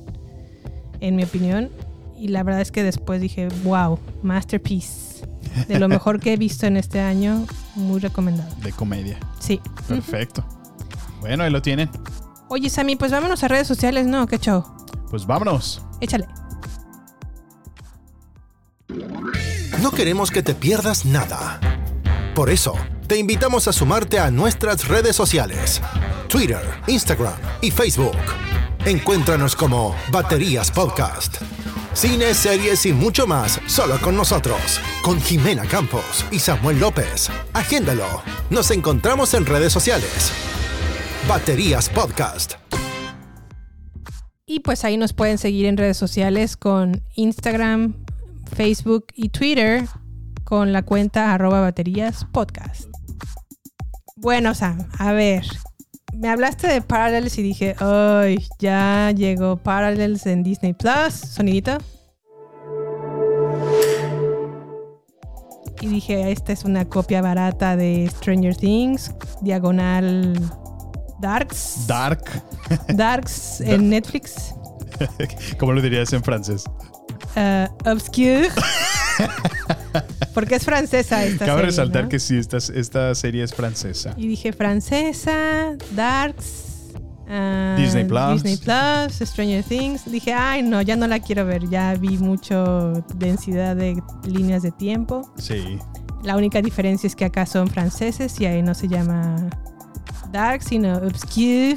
S2: en mi opinión. Y la verdad es que después dije, wow, masterpiece. De lo mejor que he visto en este año, muy recomendado.
S3: de comedia.
S2: Sí.
S3: Perfecto. Bueno, ahí lo tienen.
S2: Oye, Sammy, pues vámonos a redes sociales, ¿no? Qué show.
S3: Pues vámonos.
S2: Échale.
S1: No queremos que te pierdas nada. Por eso, te invitamos a sumarte a nuestras redes sociales, Twitter, Instagram y Facebook. Encuéntranos como Baterías Podcast. Cine, series y mucho más, solo con nosotros, con Jimena Campos y Samuel López. Agéndalo. Nos encontramos en redes sociales. Baterías Podcast.
S2: Y pues ahí nos pueden seguir en redes sociales con Instagram, Facebook y Twitter con la cuenta arroba baterías podcast. Bueno, Sam, a ver. Me hablaste de Parallels y dije, ¡ay! Ya llegó Parallels en Disney Plus. Sonidito. Y dije, esta es una copia barata de Stranger Things, diagonal Darks.
S3: Dark.
S2: Darks en Netflix.
S3: ¿Cómo lo dirías en francés?
S2: Eh, obscure. Porque es francesa esta
S3: Cabe
S2: serie,
S3: resaltar
S2: ¿no?
S3: que sí, esta, esta serie es francesa.
S2: Y dije francesa, Darks, ah,
S3: Disney Plus.
S2: Disney Plus, Stranger Things. Dije, ay, no, ya no la quiero ver. Ya vi mucho densidad de líneas de tiempo.
S3: Sí.
S2: La única diferencia es que acá son franceses y ahí no se llama Dark, sino Obscure.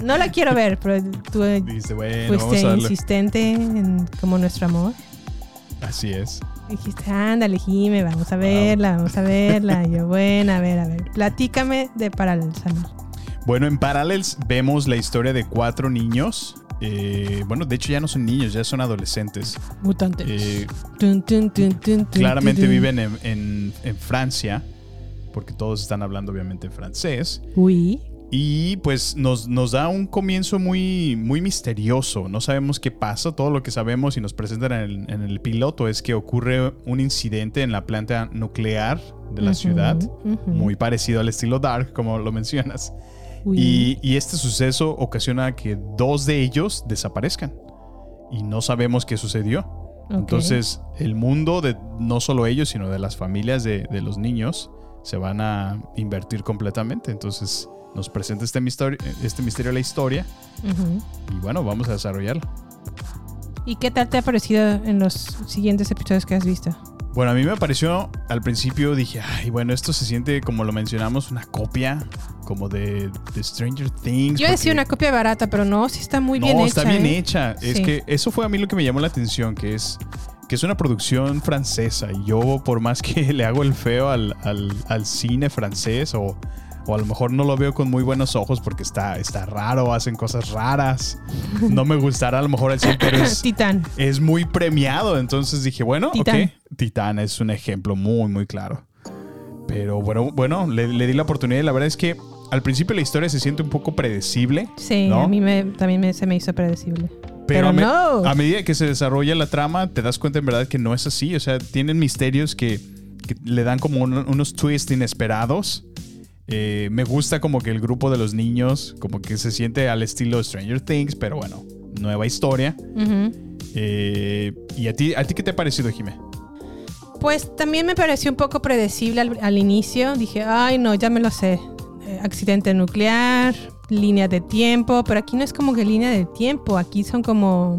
S2: no la quiero ver, pero tú eh,
S3: Dijiste, bueno, vamos
S2: fuiste
S3: a darle.
S2: insistente en como nuestro amor.
S3: Así es.
S2: Dijiste, ándale, Jime, vamos a verla, vamos a verla. Y yo, bueno, a ver, a ver. Platícame de Parallel Samuel.
S3: Bueno, en Parallels vemos la historia de cuatro niños. Eh, bueno, de hecho ya no son niños, ya son adolescentes.
S2: Mutantes.
S3: Eh,
S2: Tun, tun, tun, tun, tun,
S3: claramente
S2: tun.
S3: viven en, en- en Francia, porque todos están hablando obviamente en francés.
S2: Uy.
S3: Y pues nos, nos da un comienzo muy, muy misterioso. No sabemos qué pasa. Todo lo que sabemos y nos presentan en el, en el piloto es que ocurre un incidente en la planta nuclear de la
S14: Ujú,
S3: ciudad.
S14: ujú.
S3: Muy parecido al estilo Dark, como lo mencionas.
S14: Uy.
S3: Y, y este suceso ocasiona que dos de ellos desaparezcan. Y no sabemos qué sucedió.
S14: Ok.
S3: Entonces, el mundo de no solo ellos, sino de las familias de, de los niños, se van a invertir completamente. Entonces, nos presenta este misterio, este misterio la historia.
S2: Ujú.
S3: Y bueno, vamos a desarrollarlo.
S2: ¿Y qué tal te ha parecido en los siguientes episodios que has visto?
S3: Bueno, a mí me pareció al principio, dije, ay, bueno, esto se siente como lo mencionamos, una copia como de, de Stranger Things.
S2: Yo decía
S3: porque-
S2: una copia barata, pero no, sí está muy bien
S3: no,
S2: hecha.
S3: está bien
S2: ¿eh?
S3: hecha. Es
S2: Sí.
S3: que eso fue a mí lo que me llamó la atención, que es que es una producción francesa. Y yo, por más que le hago el feo al, al- al cine francés, o, o a lo mejor no lo veo con muy buenos ojos porque está, está raro, hacen cosas raras. No me gustará a lo mejor al cine, pero es,
S2: Titán.
S3: es muy premiado. Entonces dije, bueno,
S2: Titán.
S3: ok. Titán es un ejemplo muy, muy claro. Pero bueno, bueno, le, le di la oportunidad y la verdad es que al principio la historia se siente un poco predecible.
S2: Sí,
S3: ¿no?
S2: a mí me- también me- se me hizo predecible.
S3: Pero,
S2: Pero,
S3: a, me-
S2: no.
S3: a medida que se desarrolla la trama, te das cuenta en verdad que no es así. O sea, tienen misterios que, que le dan como un- unos twists inesperados. Eh, me gusta como que el grupo de los niños, como que se siente al estilo Stranger Things, pero bueno, nueva historia.
S2: Ujú.
S3: Eh, ¿Y a ti, a ti qué te ha parecido, Jimé?
S2: Pues también me pareció un poco predecible al, al inicio. Dije, ay no, ya me lo sé. Eh, accidente nuclear, línea de tiempo, pero aquí no es como que línea de tiempo, aquí son como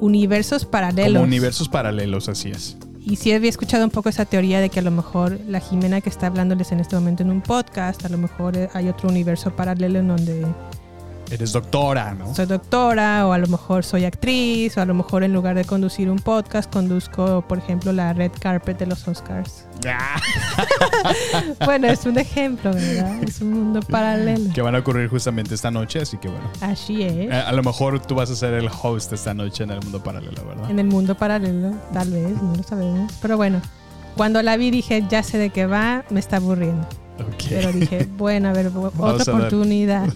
S2: universos paralelos.
S3: Como universos paralelos, así es.
S2: Y sí había escuchado un poco esa teoría de que a lo mejor la Jimena que está hablándoles en este momento en un podcast, a lo mejor eh, hay otro universo paralelo en donde
S3: Eres doctora, ¿no?
S2: soy doctora o a lo mejor soy actriz o a lo mejor en lugar de conducir un podcast conduzco, por ejemplo, la red carpet de los Oscars. bueno, es un ejemplo, ¿verdad? Es un mundo paralelo.
S3: Que van a ocurrir justamente esta noche, así que bueno.
S2: Así es.
S3: A, a lo mejor tú vas a ser el host esta noche en el mundo paralelo, ¿verdad?
S2: En el mundo paralelo, tal vez, no lo sabemos. Pero bueno, cuando la vi dije, ya sé de qué va, me está aburriendo.
S3: Ok.
S2: Pero dije, bueno, a ver, bo-
S3: Vamos
S2: otra
S3: a dar-
S2: oportunidad.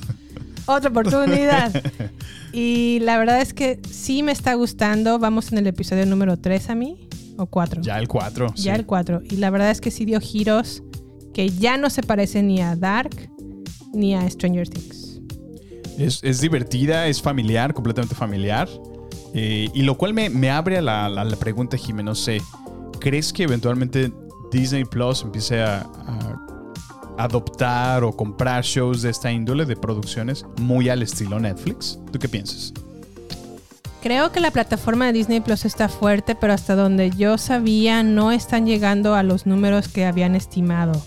S2: Otra oportunidad. Y la verdad es que sí me está gustando. Vamos en el episodio número 3 a mí, o 4.
S3: Ya el 4.
S2: Ya el 4. Y la verdad es que sí dio giros que ya no se parecen ni a Dark ni a Stranger Things.
S3: Es, es divertida, es familiar, completamente familiar. Eh, y lo cual me, me abre a la, la- la pregunta, Jimena, no sé, ¿crees que eventualmente Disney Plus empiece a, a adoptar o comprar shows de esta índole de producciones muy al estilo Netflix? ¿Tú qué piensas?
S2: Creo que la plataforma de Disney Plus está fuerte, pero hasta donde yo sabía no están llegando a los números que habían estimado.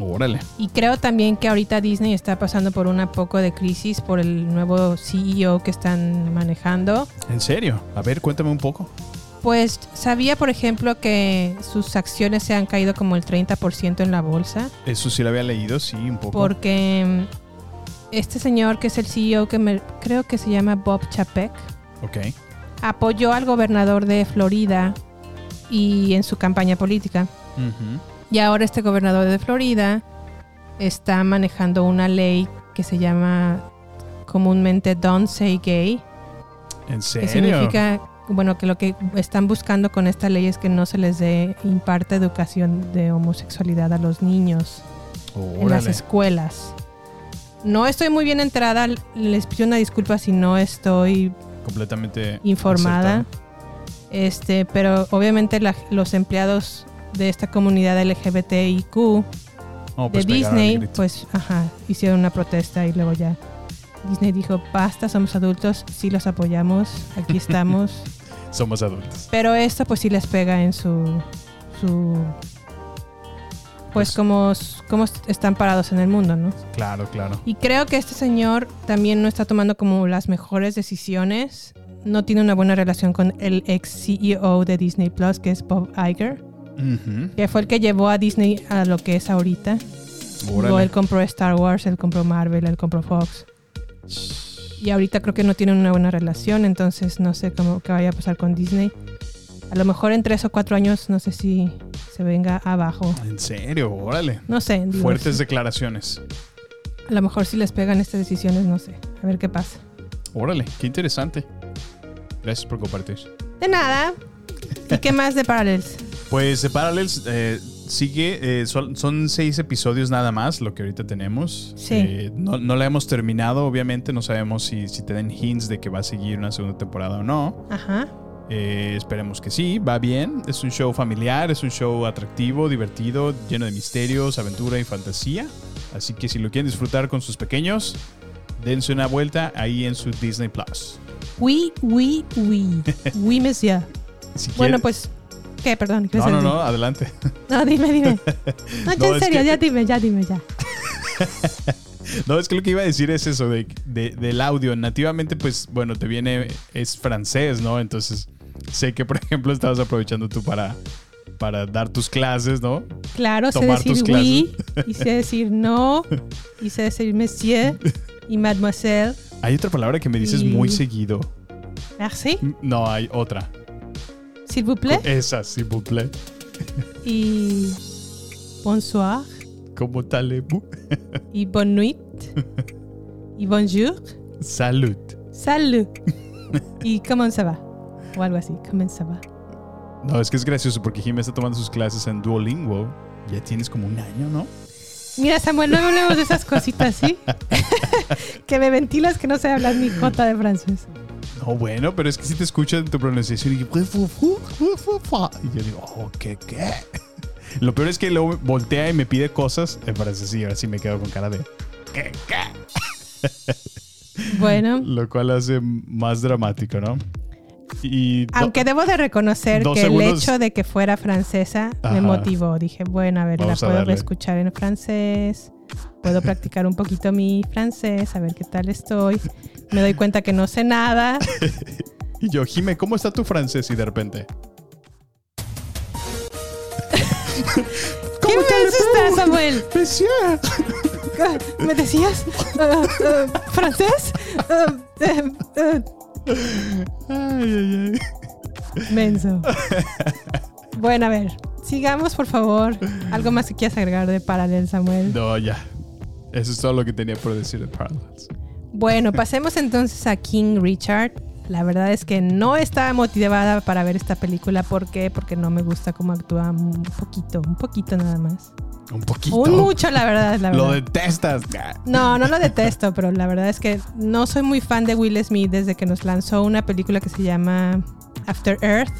S3: Órale.
S2: Y creo también que ahorita Disney está pasando por una poco de crisis por el nuevo CEO que están manejando.
S3: ¿En serio? A ver, cuéntame un poco.
S2: Pues sabía, por ejemplo, que sus acciones se han caído como el 30% en la bolsa.
S3: Eso sí lo había leído, sí, un poco.
S2: Porque mm, este señor que es el CEO, que me- creo que se llama Bob Chapek,
S3: Ok.
S2: apoyó al gobernador de Florida y en su campaña política.
S3: Ujú.
S2: Y ahora este gobernador de Florida está manejando una ley que se llama comúnmente Don't Say Gay,
S3: ¿En
S2: que
S3: serio?
S2: significa, bueno, que lo que están buscando con esta ley es que no se les dé imparte educación de homosexualidad a los niños en las
S3: Órale.
S2: escuelas. No estoy muy bien entrada, les pido una disculpa si no estoy
S3: Completamente
S2: informada.
S3: acertado.
S2: Este, pero obviamente la- los empleados de esta comunidad LGBTIQ
S3: Oh, pues,
S2: de
S3: pegaron el
S2: Disney,
S3: grito.
S2: pues, ajá, hicieron una protesta y luego ya Disney dijo, basta, somos adultos, sí los apoyamos, aquí estamos.
S3: Somos adultos.
S2: pero esto pues sí les pega en su... su pues como, como están parados en el mundo, ¿no?
S3: Claro, claro.
S2: Y creo que este señor también no está tomando como las mejores decisiones. No tiene una buena relación con el ex CEO de Disney Plus, que es Bob Iger,
S3: Ujú.
S2: que fue el que llevó a Disney a lo que es ahorita.
S3: Órale.
S2: Luego él compró Star Wars, él compró Marvel, él compró Fox. Y ahorita creo que no tienen una buena relación, entonces no sé cómo qué vaya a pasar con Disney. A lo mejor en tres o cuatro años, no sé si se venga abajo.
S3: ¿En serio? Órale.
S2: No sé, digo,
S3: Fuertes
S2: sí.
S3: declaraciones.
S2: A lo mejor si les pegan estas decisiones, no sé. A ver qué pasa.
S3: Órale, qué interesante. Gracias por compartir.
S2: De nada. ¿Y qué más de Parallels?
S3: Pues The Parallels eh, sigue, eh, sol- son seis episodios nada más lo que ahorita tenemos.
S2: Sí.
S3: Eh, no, no la hemos terminado, obviamente, no sabemos si, si te den hints de que va a seguir una segunda temporada o no.
S2: Ajá.
S3: Eh, esperemos que sí, va bien. Es un show familiar, es un show atractivo, divertido, lleno de misterios, aventura y fantasía. Así que si lo quieren disfrutar con sus pequeños, dense una vuelta ahí en su Disney Plus.
S2: Oui, oui, oui. Oui, monsieur.
S3: Si
S2: Bueno,
S3: quiere-
S2: pues. ¿Qué? Perdón. ¿qué
S3: No, no,
S2: sentí?
S3: no, adelante.
S2: No, dime, dime. No, ya
S3: No,
S2: en
S3: es
S2: serio,
S3: que-
S2: ya dime, ya dime, ya.
S3: No, es que lo que iba a decir es eso de, de- del audio. Nativamente, pues, bueno, te viene, es francés, ¿no? Entonces, sé que, por ejemplo, estabas aprovechando tú para, para dar tus clases, ¿no?
S2: Claro, sé decir oui, y sé decir no, y sé decir monsieur y mademoiselle.
S3: Hay otra palabra que me dices muy
S2: Y-
S3: seguido.
S2: Merci,
S3: No, hay otra.
S2: s'il vous plaît,
S3: Esa, s'il vous plaît.
S2: y bonsoir,
S3: Como tal,
S2: y bonne nuit, y bonjour,
S3: salud.
S2: salut, y comment ça va, o algo así, comment ça va.
S3: No, es que es gracioso porque Jimmy está tomando sus clases en Duolingo. Ya tienes como un año, ¿no?
S2: Mira, Samuel, no hablemos de esas cositas, ¿sí? que me ventilas que no sé hablar ni jota de francés.
S3: No, bueno, pero es que si te escuchan tu pronunciación y, y yo digo, oh, ¿qué, qué? Lo peor es que luego voltea y me pide cosas en francés y ahora sí me quedo con cara de... ¿Qué, qué?
S2: Bueno.
S3: Lo cual hace más dramático, ¿no? Y do-
S2: Aunque debo de reconocer
S3: dos
S2: que el
S3: segundos.
S2: hecho de que fuera francesa
S3: Ajá.
S2: me motivó. Dije, bueno, a ver,
S3: Vamos a
S2: la puedo
S3: darle.
S2: escuchar en francés, puedo practicar un poquito mi francés, a ver qué tal estoy. Me doy cuenta que no sé nada.
S3: Y yo, Jime, ¿cómo está tu francés? Y de repente...
S2: ¿Qué me estás, Samuel? ¿Me decías ah, ah, francés? Ah, eh, eh. Menso. Bueno, a ver, sigamos por favor. ¿Algo más que quieras agregar de Paralel, Samuel?
S3: No, ya. Eso es todo lo que tenía por decir de Parallels.
S2: Bueno, pasemos entonces a King Richard. La verdad es que no estaba motivada para ver esta película. ¿Por qué? Porque no me gusta cómo actúa un poquito, un poquito nada más.
S3: Un poquito.
S2: Un mucho, la verdad, la
S3: Lo
S2: verdad.
S3: detestas.
S2: No, no lo detesto, pero la verdad es que no soy muy fan de Will Smith desde que nos lanzó una película que se llama After Earth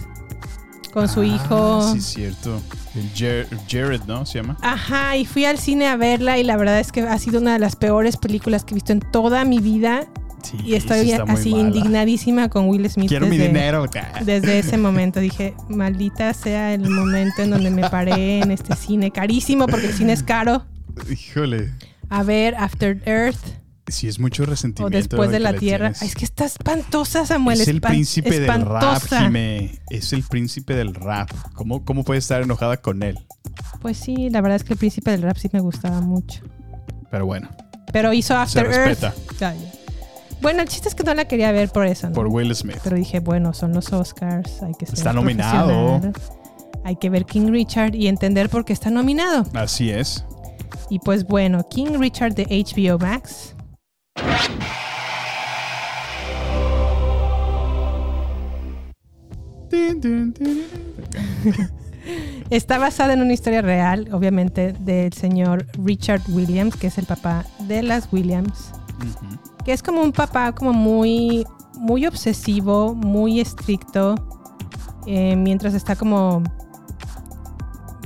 S2: con su hijo.
S3: Ah, Sí, cierto. El Jer- Jared, ¿no? Se llama.
S2: Ajá, y fui al cine a verla y la verdad es que ha sido una de las peores películas que he visto en toda mi vida. y
S3: sí
S2: estoy
S3: está muy
S2: así
S3: mala.
S2: indignadísima con Will Smith.
S3: Quiero mi
S2: desde-
S3: dinero.
S2: Desde ese momento dije, maldita sea el momento en donde me paré en este cine carísimo, porque el cine es caro.
S3: Híjole.
S2: A ver, After Earth
S3: Sí, es mucho
S2: o
S3: resentimiento.
S2: Después
S3: el
S2: de
S3: que
S2: la
S3: le
S2: Tierra.
S3: tienes.
S2: Ay, es que está espantosa, Samuel.
S3: Es el
S2: espan-
S3: príncipe del rap,
S2: espantosa.
S3: Jime. Es el príncipe del rap. ¿Cómo, cómo puede estar enojada con él?
S2: Pues sí, la verdad es que el príncipe del rap sí me gustaba mucho.
S3: Pero bueno,
S2: Pero hizo After
S3: se
S2: Earth.
S3: respeta
S2: Ya, ya. Bueno, el chiste es que no la quería ver por eso. ¿no?
S3: por Will Smith.
S2: Pero dije, bueno, son los Oscars, hay que ser
S3: Está nominado.
S2: profesional. Hay que ver King Richard y entender por qué está nominado.
S3: Así es.
S2: Y pues bueno, King Richard de HBO Max. Está basada en una historia real, obviamente, del señor Richard Williams, que es el papá de las Williams, que es como un papá como muy, muy obsesivo, muy estricto, eh, mientras está como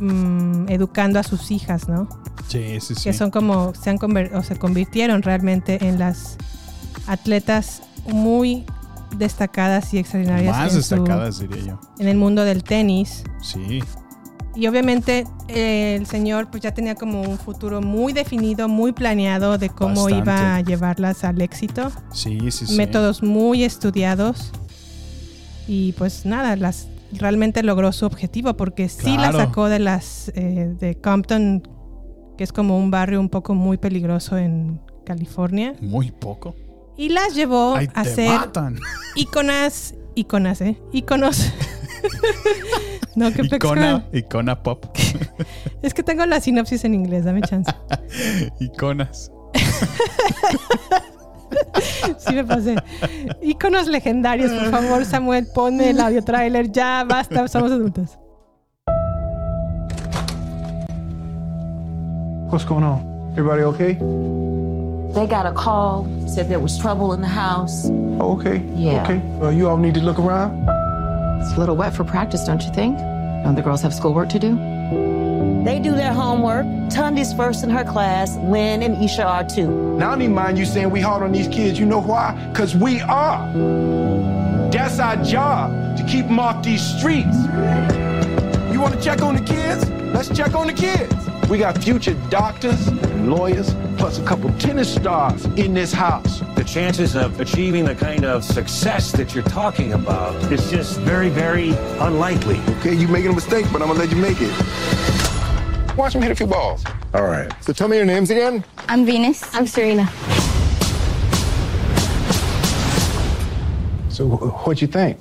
S2: mm, educando a sus hijas, ¿no?
S3: Sí, sí, sí.
S2: que son como se han conver- o se convirtieron realmente en las atletas muy destacadas y extraordinarias
S3: Más
S2: en su-
S3: destacadas, diría yo.
S2: en el mundo del tenis
S3: Sí.
S2: y obviamente eh, el señor pues ya tenía como un futuro muy definido muy planeado de cómo
S3: Bastante.
S2: iba a llevarlas al éxito
S3: Sí, sí, sí.
S2: métodos muy estudiados y pues nada las realmente logró su objetivo porque sí
S3: Claro.
S2: la sacó de las eh, de Compton que es como un barrio un poco muy peligroso en California
S3: Muy poco.
S2: y las llevó
S3: Ay,
S2: a
S3: te
S2: ser
S3: matan.
S2: íconas íconas eh íconos no qué
S3: Icona,
S2: flexión.
S3: icona pop.
S2: es que tengo la sinopsis en inglés dame chance
S3: Iconas.
S2: Sí me pasé. Íconos legendarios, por favor, Samuel, ponme el audio trailer. Ya, basta, somos adultos.
S14: What's going on? Everybody okay?
S15: They got a call, said there was trouble in the house.
S14: Oh, okay.
S15: Yeah.
S14: Okay. Uh, you all need to look around.
S15: It's a little wet for practice, don't you think? Don't the girls have schoolwork to do? They do their homework. Tundi's first in her class. Lynn and Isha are too.
S14: Now I don't even mind you saying we hard on these kids. You know why? Because we are. That's our job to keep them off these streets. You want to check on the kids? Let's check on the kids. We got future doctors and lawyers, plus a couple tennis stars in this house.
S16: The chances of achieving the kind of success that you're talking about is just very, very unlikely.
S14: Okay, you making a mistake, but I'm gonna let you make it. Watch them hit a few balls. All right. So tell me your names again.
S17: I'm Venus. I'm Serena.
S14: So wh- what you think?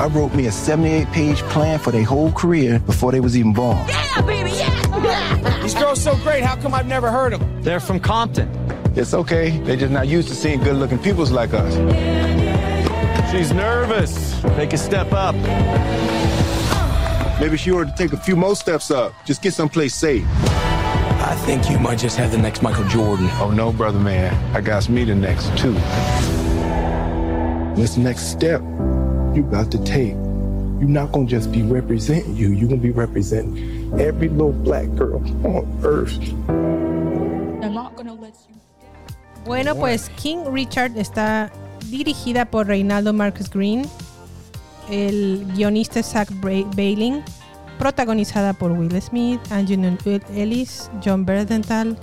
S14: I wrote me a 78-page plan for their whole career before they was even born.
S10: Yeah, baby, yeah! These girls so great, how come I've never heard of them? They're from Compton.
S14: It's okay. They just not used to seeing good-looking pupils like us.
S10: She's nervous. Take a step up.
S14: Maybe she ought to take a few more steps up. Just get someplace safe.
S10: I think you might just have the next Michael Jordan.
S14: Oh no, brother man. I got me the next too. This next step you got to take. You're not gonna just be representing you, you're gonna be representing every little black girl on earth.
S2: Bueno, pues King Richard está dirigida por Reinaldo Marcus Green, el guionista es Zach Bra- Bailing, protagonizada por Will Smith, Angelina Ellis, John Berdental,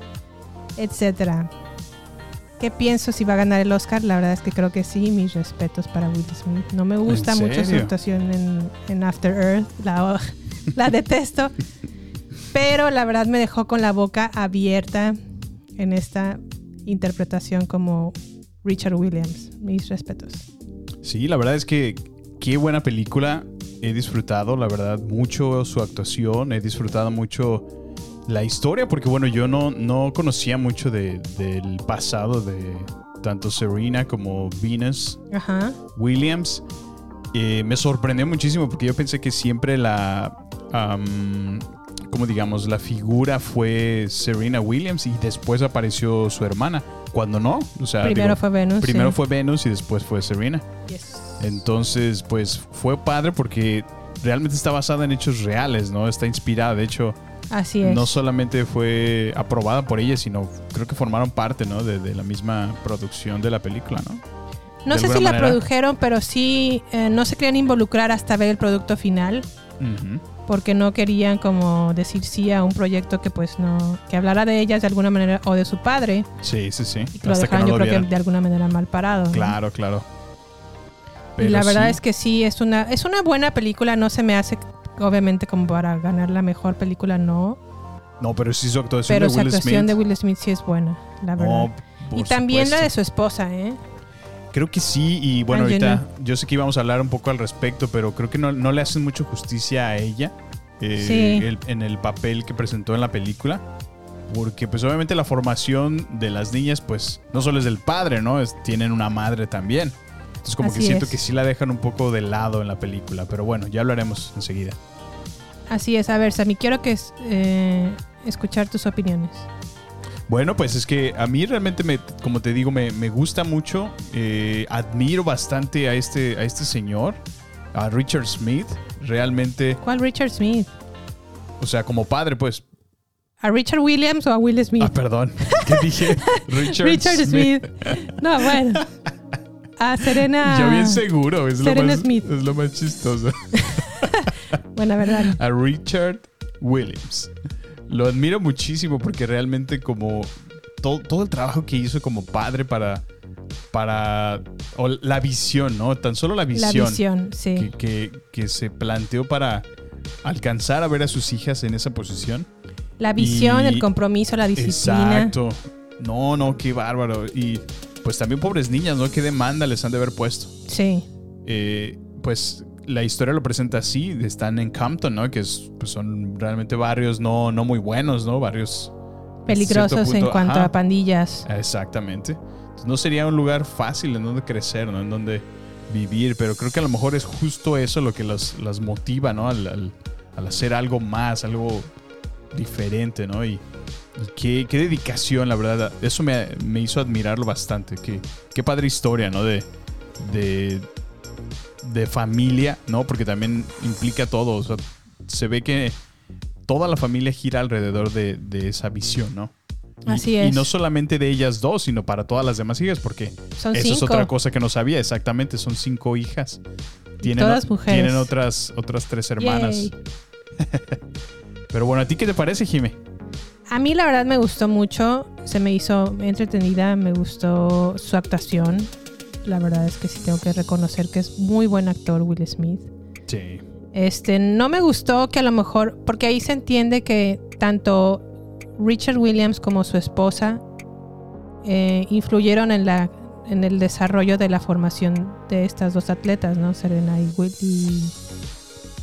S2: etc. ¿Qué pienso si va a ganar el Oscar? La verdad es que creo que sí, mis respetos para Will Smith. No me gusta
S3: ¿En
S2: mucho su
S3: serio?
S2: actuación en, en After Earth, la, la detesto, pero la verdad me dejó con la boca abierta en esta interpretación como Richard Williams. Mis respetos.
S3: Sí, la verdad es que qué buena película. He disfrutado, la verdad, mucho su actuación. He disfrutado mucho la historia, porque bueno, yo no, no conocía mucho de- del pasado de tanto Serena como Venus
S2: Ajá.
S3: Williams. Eh, me sorprendió muchísimo porque yo pensé que siempre la. am, como digamos, la figura fue Serena Williams y después apareció su hermana. Cuando no, o sea,
S2: Primero fue Venus,
S3: Primero
S2: sí.
S3: fue Venus y después fue Serena. Entonces, pues fue padre porque realmente está basada en hechos reales, ¿no? Está inspirada. De hecho,
S2: Así es.
S3: no solamente fue aprobada por ella, sino creo que formaron parte, ¿no? De, de la misma producción de la película, ¿no?
S2: no
S3: de
S2: sé si
S3: alguna
S2: la
S3: manera.
S2: produjeron, pero sí eh, no se querían involucrar hasta ver el producto final,
S3: Ujú.
S2: porque no querían como decir sí a un proyecto que pues no, que hablara de ellas de alguna manera o de su padre,
S3: Sí, sí, sí.
S2: y que lo dejaron yo creo que de alguna manera mal parado. ¿no?
S3: Claro, claro.
S2: y la
S3: Pero
S2: verdad
S3: sí,
S2: es que sí, es una, es una buena película, no se me hace obviamente como para ganar la mejor película, no,
S3: No, pero sí su actuación
S2: pero
S3: de
S2: su
S3: Will
S2: actuación
S3: Smith.
S2: de Will Smith sí es buena, la verdad.
S3: No,
S2: y
S3: por
S2: también la de
S3: supuesto.
S2: su esposa, ¿eh?
S3: Creo que sí, y bueno,
S2: Angelina.
S3: ahorita yo sé que íbamos a hablar un poco al respecto, pero creo que no, no le hacen mucho justicia a ella eh,
S2: Sí.
S3: el- en el papel que presentó en la película. Porque pues obviamente la formación de las niñas pues no solo es del padre, ¿no? Es- tienen una madre también. Entonces como que
S2: Así
S3: siento
S2: es.
S3: que sí la dejan un poco de lado en la película, pero bueno, ya hablaremos enseguida.
S2: Así es, a ver, Sammy, quiero que es- eh, escuchar tus opiniones.
S3: Bueno, pues es que a mí realmente, me, como te digo, me, me gusta mucho. eh, admiro bastante a este, a este señor, a Richard Smith. Realmente,
S2: ¿Cuál Richard Smith?
S3: o sea, como padre, pues.
S2: ¿A Richard Williams o a Will Smith?
S3: Ah, perdón. ¿Qué dije? Richard,
S2: Richard Smith. No, bueno. A Serena.
S3: Yo bien seguro, es lo,
S2: Serena
S3: más,
S2: Ah, Smith.
S3: es lo más chistoso.
S2: Bueno, verdad.
S3: a Richard Williams. Lo admiro muchísimo porque realmente como todo, todo el trabajo que hizo como padre para, para o la visión, ¿no? Tan solo la
S2: La
S3: visión,
S2: visión,
S3: que,
S2: sí.
S3: que- que se planteó para alcanzar a ver a sus hijas en esa posición.
S2: La visión,
S3: Y-
S2: el compromiso, la disciplina.
S3: Exacto. No, no, qué bárbaro. Y pues también pobres niñas, ¿no? ¿Qué demanda les han de haber puesto?
S2: Sí.
S3: eh, pues la historia lo presenta así, están en Campton, ¿no? Que es, pues, son realmente barrios no, no muy buenos, ¿no? Barrios hasta
S2: Peligrosos
S3: cierto
S2: en
S3: punto,
S2: cuanto
S3: ajá,
S2: a pandillas.
S3: Exactamente. Entonces, no sería un lugar fácil en donde crecer, ¿no? En donde vivir, pero creo que a lo mejor es justo eso lo que las, las motiva, ¿no? Al, al- al hacer algo más, algo diferente, ¿no? Y, y qué, qué dedicación, la verdad. Eso me, me hizo admirarlo bastante. Qué, qué padre historia, ¿no? De, de, de familia, ¿no? Porque también implica todo. O sea, se ve que toda la familia gira alrededor de, de esa visión, ¿no? Y-
S2: Así
S3: Y
S2: es.
S3: no solamente de ellas dos, sino para todas las demás hijas, porque
S2: Son
S3: eso es
S2: cinco.
S3: otra cosa que no sabía, exactamente, son cinco hijas. Tienen,
S2: todas mujeres.
S3: Tienen otras, otras tres hermanas.
S2: Yay.
S3: Pero bueno, ¿a ti qué te parece, Jime?
S2: A mí la verdad me gustó mucho, se me hizo entretenida, me gustó su actuación. La verdad es que sí tengo que reconocer que es muy buen actor Will Smith.
S3: Sí.
S2: Este, no me gustó que a lo mejor, porque ahí se entiende que tanto Richard Williams como su esposa eh, influyeron en la en el desarrollo de la formación de estas dos atletas, ¿no? Serena y, Will- y-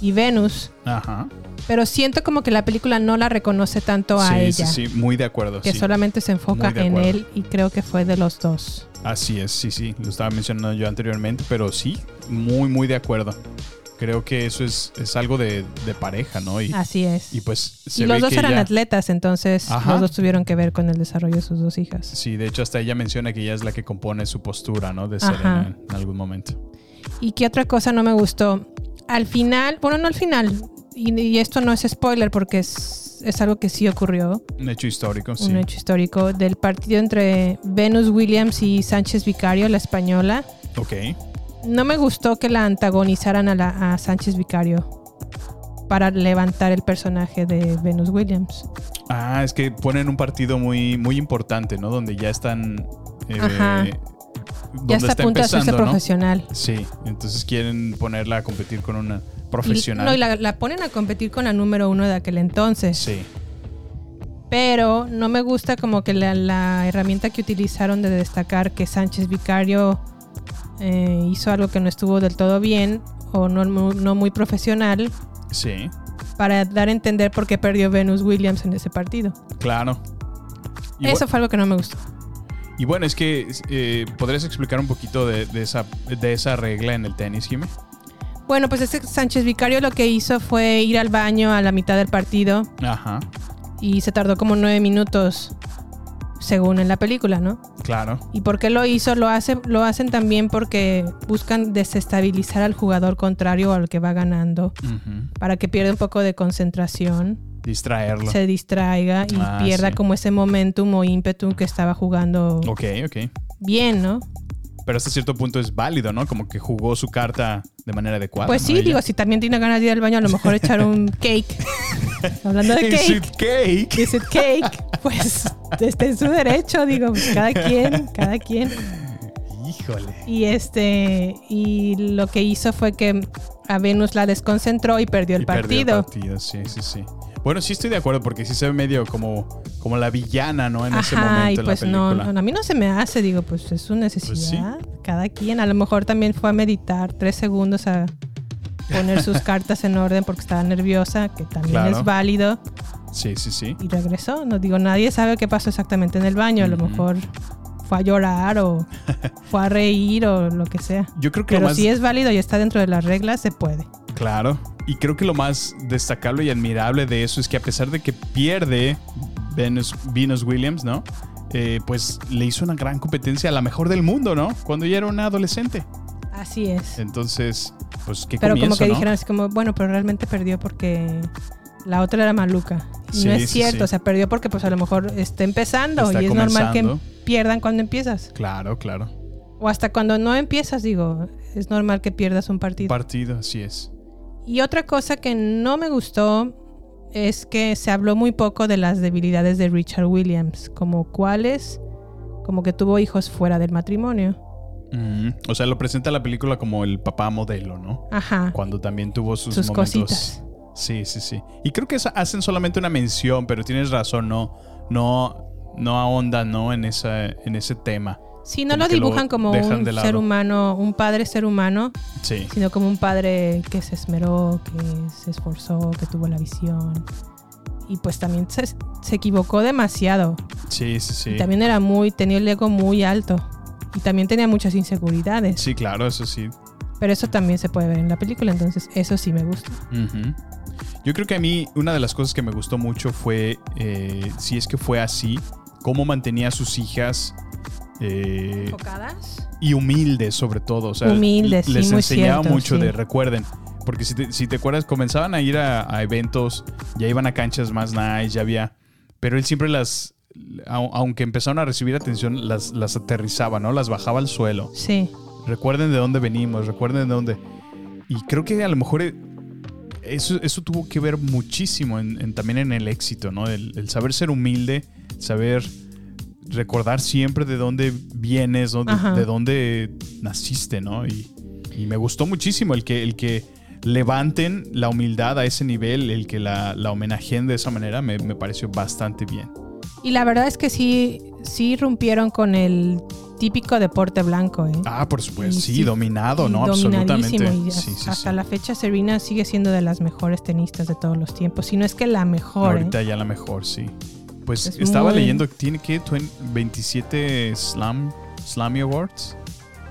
S2: y Venus.
S3: Ajá.
S2: Pero siento como que la película no la reconoce tanto a
S3: sí,
S2: ella
S3: sí, sí, muy de acuerdo.
S2: que
S3: sí.
S2: solamente se enfoca
S3: Muy de
S2: en
S3: acuerdo.
S2: él y creo que fue de los dos.
S3: Así es, sí, sí, lo estaba mencionando yo anteriormente, pero sí, muy, muy de acuerdo. creo que eso es, es algo de, de pareja, ¿no? Y,
S2: Así es.
S3: Y pues se
S2: Y
S3: ve
S2: los dos
S3: que
S2: eran
S3: ella-
S2: atletas, entonces
S3: Ajá.
S2: los dos tuvieron que ver con el desarrollo de sus dos hijas.
S3: Sí, de hecho hasta ella menciona que ella es la que compone su postura, ¿no? De
S2: Ajá.
S3: Serena en algún momento.
S2: ¿Y qué otra cosa no me gustó? Al final, bueno, no al final, y, y esto no es spoiler porque es, es algo que sí ocurrió,
S3: Un hecho histórico, sí.
S2: un hecho histórico, del partido entre Venus Williams y Sánchez Vicario, la española.
S3: Ok.
S2: No me gustó que la antagonizaran a, la, a Sánchez Vicario para levantar el personaje de Venus Williams.
S3: Ah, es que ponen un partido muy, muy importante, ¿no? Donde ya están... eh,
S2: Ajá. Ya está a punto de hacerse
S3: empezando, ¿no?
S2: profesional.
S3: Sí, entonces quieren ponerla a competir con una profesional.
S2: Y- no, y la, la ponen a competir con la número uno de aquel entonces.
S3: Sí.
S2: Pero no me gusta como que la, la herramienta que utilizaron de destacar que Sánchez Vicario eh, hizo algo que no estuvo del todo bien o no, mu- no muy profesional
S3: Sí,
S2: para dar a entender por qué perdió Venus Williams en ese partido.
S3: claro. Y
S2: Eso
S3: bu-
S2: fue algo que no me gustó.
S3: Y bueno, es que eh, podrías explicar un poquito de, de esa, de esa regla en el tenis, Jimmy.
S2: Bueno, pues ese Sánchez Vicario lo que hizo fue ir al baño a la mitad del partido
S3: Ajá,
S2: y se tardó como nueve minutos, según en la película, ¿no?
S3: claro.
S2: ¿Y por qué lo hizo? Lo, hace, lo hacen también porque buscan desestabilizar al jugador contrario al que va ganando
S3: Ujú.
S2: para que pierda un poco de concentración,
S3: Distraerlo.
S2: se distraiga y
S3: Ah,
S2: pierda
S3: sí.
S2: como ese momentum o ímpetu que estaba jugando
S3: Ok, Ah, ok.
S2: bien, ¿no?
S3: Pero hasta cierto punto es válido, ¿no? Como que jugó su carta de manera adecuada.
S2: pues
S3: ¿no?
S2: sí,
S3: Ella.
S2: digo, si también tiene ganas de ir al baño, a lo mejor echar un cake. Hablando de
S3: Is
S2: cake.
S3: it cake?
S2: Is it cake? Pues está en su derecho, digo, pues, cada quien, cada quien.
S3: Híjole.
S2: Y este, y lo que hizo fue que a Venus la desconcentró y perdió el
S3: Y
S2: partido.
S3: perdió el partido, sí, sí, sí. Bueno, sí estoy de acuerdo porque sí se ve medio como, como la villana, ¿no? En ese
S2: Ajá,
S3: momento
S2: y
S3: en
S2: pues
S3: la
S2: no,
S3: película.
S2: no, a mí no se me hace, digo, pues es su necesidad. Cada quien, a lo mejor también fue a meditar tres segundos a poner sus cartas en orden porque estaba nerviosa, que también
S3: Claro.
S2: es válido,
S3: Sí, sí, sí.
S2: y regresó. No digo, nadie sabe qué pasó exactamente en el baño, a lo mejor fue a llorar o fue a reír o lo que sea.
S3: Yo creo que lo
S2: Pero
S3: más-
S2: si es válido y está dentro de las reglas, se puede.
S3: Claro. Y creo que lo más destacable y admirable de eso es que a pesar de que pierde Venus, Venus Williams, ¿no? Eh, pues le hizo una gran competencia a la mejor del mundo, ¿no? Cuando ella era una adolescente.
S2: Así es.
S3: Entonces, pues qué
S2: Pero como
S3: comienzo,
S2: que
S3: ¿no?
S2: dijeron así como, bueno, pero realmente perdió porque la otra era maluca. Y
S3: Sí,
S2: no
S3: sí,
S2: es cierto,
S3: sí.
S2: o sea, perdió porque pues a lo mejor está empezando
S3: Está
S2: y es normal que
S3: comenzando.
S2: pierdan cuando empiezas.
S3: Claro, claro.
S2: O hasta cuando no empiezas, digo, es normal que pierdas un partido.
S3: Partido, así es.
S2: y otra cosa que no me gustó es que se habló muy poco de las debilidades de Richard Williams, como cuáles, como que tuvo hijos fuera del matrimonio.
S3: Mm, O sea, lo presenta la película como el papá modelo, ¿no?
S2: Ajá.
S3: Cuando también tuvo sus,
S2: Sus
S3: momentos.
S2: cositas.
S3: Sí, sí, sí. Y creo que esa- hacen solamente una mención, pero tienes razón, no, no, no ahondan, ¿no? En esa, en ese tema.
S2: Si no
S3: Como
S2: lo
S3: que
S2: dibujan como
S3: dejan
S2: un
S3: de lado.
S2: ser humano, un padre ser humano,
S3: Sí.
S2: sino como un padre que se esmeró, que se esforzó, que tuvo la visión. Y pues también se, se equivocó demasiado.
S3: Sí, sí, sí.
S2: Y también era muy, tenía el ego muy alto. Y también tenía muchas inseguridades.
S3: Sí, claro, eso sí.
S2: Pero eso también se puede ver en la película, entonces eso sí me gusta.
S3: Ujú. Yo creo que a mí una de las cosas que me gustó mucho fue, eh, si es que fue así, cómo mantenía a sus hijas eh,
S2: ¿Enfocadas?
S3: y humildes sobre todo. O sea,
S2: Humildes,
S3: les
S2: sí, muy
S3: enseñaba
S2: cierto,
S3: mucho
S2: sí.
S3: de recuerden. Porque si te, si te acuerdas, comenzaban a ir a, a eventos, ya iban a canchas más nice, ya había. Pero él siempre las, au- aunque empezaron a recibir atención, las, las aterrizaba, ¿no? Las bajaba al suelo.
S2: Sí.
S3: Recuerden de dónde venimos, recuerden de dónde. Y creo que a lo mejor eh, eso, eso tuvo que ver muchísimo en- en- también en el éxito, ¿no? El, el saber ser humilde, saber recordar siempre de dónde vienes, dónde-
S2: Ajá.
S3: de dónde naciste, ¿no? Y, y me gustó muchísimo el que, el que levanten la humildad a ese nivel, el que la, la homenajeen de esa manera, me, me pareció bastante bien.
S2: Y la verdad es que sí, sí irrumpieron con el típico deporte blanco, ¿eh?
S3: Ah, por supuesto,
S2: Y
S3: sí,
S2: sí,
S3: dominado,
S2: Y
S3: ¿no?
S2: dominadísimo,
S3: Absolutamente.
S2: y
S3: Sí, sí, sí.
S2: hasta la fecha Serena sigue siendo de las mejores tenistas de todos los tiempos, si no es que la mejor. ¿eh?
S3: Ahorita ya la mejor, sí. Pues
S2: Es
S3: estaba
S2: muy-
S3: leyendo que tiene que 20 27 Slam, Slammy Awards.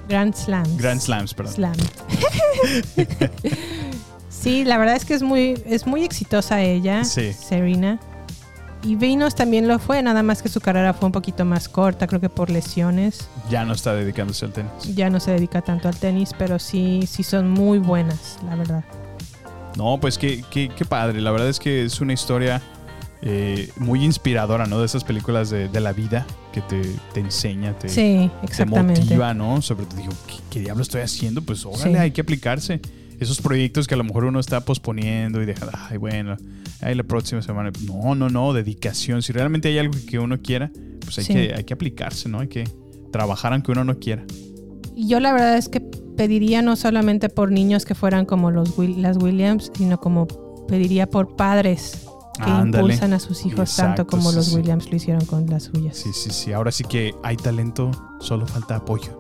S2: Grand Slams.
S3: Grand Slams, perdón.
S2: Slam. Sí, la verdad es que es muy, es muy exitosa ella,
S3: Sí.
S2: Serena. Y Venus también lo fue, nada más que su carrera fue un poquito más corta, creo que por lesiones.
S3: Ya no está dedicándose al tenis.
S2: Ya no se dedica tanto al tenis, pero sí, sí son muy buenas, la verdad.
S3: No, pues qué, qué, qué padre. La verdad es que es una historia eh, muy inspiradora, ¿no? De esas películas de, de la vida que te, te enseña, te,
S2: Sí,
S3: te
S2: exactamente.
S3: motiva, ¿no? Sobre todo, digo, ¿qué, qué diablo estoy haciendo? Pues órale,
S2: Sí.
S3: hay que aplicarse. Esos proyectos que a lo mejor uno está posponiendo y deja, ay, bueno, ay, la próxima semana. No, no, no, dedicación. Si realmente hay algo que uno quiera, pues hay,
S2: Sí.
S3: que, hay que aplicarse, ¿no? Hay que trabajar aunque uno no quiera.
S2: Y yo la verdad es que pediría no solamente por niños que fueran como los Wil- las Williams, sino como pediría por padres que
S3: Ándale.
S2: impulsan a sus hijos
S3: Exacto,
S2: tanto como
S3: sí,
S2: los
S3: sí.
S2: Williams lo hicieron con las suyas.
S3: Sí, sí, sí. Ahora sí que hay talento, solo falta apoyo.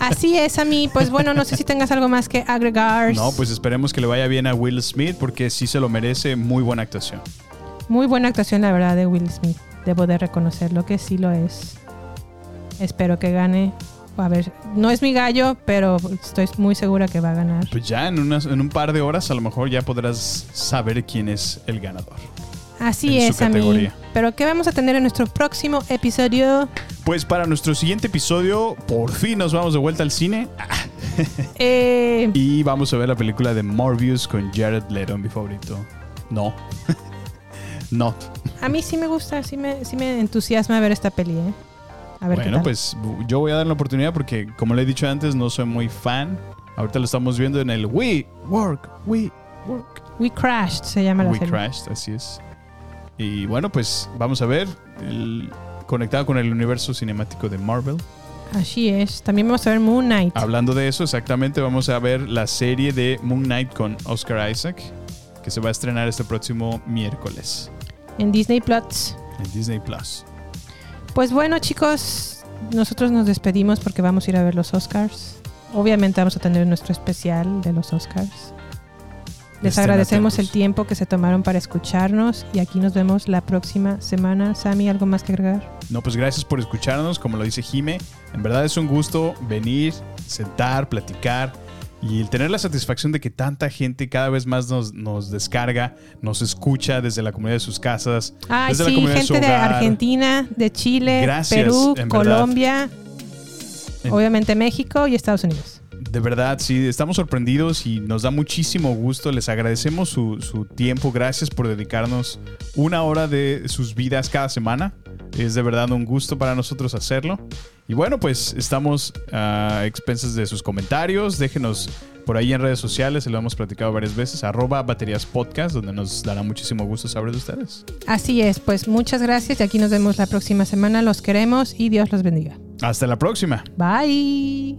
S2: Así es, a mí, pues bueno, no sé si tengas algo más que agregar.
S3: No, pues esperemos que le vaya bien a Will Smith porque sí se lo merece, muy buena actuación.
S2: Muy buena actuación, la verdad, de Will Smith. Debo de reconocerlo que sí lo es. Espero que gane. A ver, no es mi gallo, pero estoy muy segura que va a ganar.
S3: Pues ya en, unas, en un par de horas a lo mejor ya podrás saber quién es el ganador.
S2: Así
S3: En su
S2: es, a mí.
S3: categoría.
S2: Pero ¿qué vamos a tener en nuestro próximo episodio?
S3: Pues para nuestro siguiente episodio, por fin nos vamos de vuelta al cine
S2: Eh,
S3: y vamos a ver la película de Morbius con Jared Leto, mi favorito. No. Not.
S2: a mí sí me gusta, sí me, sí me entusiasma ver esta peli, ¿eh? A ver qué
S3: Bueno,
S2: tal.
S3: pues yo voy a dar la oportunidad porque, como le he dicho antes, no soy muy fan. Ahorita lo estamos viendo en el Wii Work, we work.
S2: We Crashed se llama la
S3: We
S2: serie.
S3: Crashed, así es. Y bueno, pues vamos a ver. el- conectado con el universo cinemático de Marvel.
S2: Así es. También vamos a ver Moon Knight.
S3: Hablando de eso, exactamente vamos a ver la serie de Moon Knight con Oscar Isaac, que se va a estrenar este próximo miércoles
S2: en Disney Plus.
S3: en Disney Plus.
S2: Pues bueno, chicos, nosotros nos despedimos porque vamos a ir a ver los Oscars. Obviamente vamos a tener nuestro especial de los Oscars. Les
S3: Estén
S2: agradecemos
S3: atentos.
S2: el tiempo que se tomaron para escucharnos y aquí nos vemos la próxima semana. Sammy, ¿algo más que agregar?
S3: No, pues gracias por escucharnos, como lo dice Jime. En verdad es un gusto venir, sentar, platicar y el tener la satisfacción de que tanta gente cada vez más nos, nos descarga, nos escucha desde la comunidad de sus casas,
S2: Ay,
S3: desde la
S2: sí,
S3: comunidad de su
S2: gente de
S3: hogar.
S2: Argentina, de Chile,
S3: Gracias,
S2: Perú,
S3: en verdad.
S2: Colombia,
S3: En-
S2: obviamente México y Estados Unidos.
S3: De verdad, sí, estamos sorprendidos y nos da muchísimo gusto. Les agradecemos su, su tiempo. Gracias por dedicarnos una hora de sus vidas cada semana. Es de verdad un gusto para nosotros hacerlo. Y bueno, pues estamos a expensas de sus comentarios. Déjenos por ahí en redes sociales, se lo hemos platicado varias veces, arroba baterías podcast, donde nos dará muchísimo gusto saber de ustedes.
S2: Así es, pues muchas gracias y aquí nos vemos la próxima semana. Los queremos y Dios los bendiga.
S3: Hasta la próxima.
S2: Bye.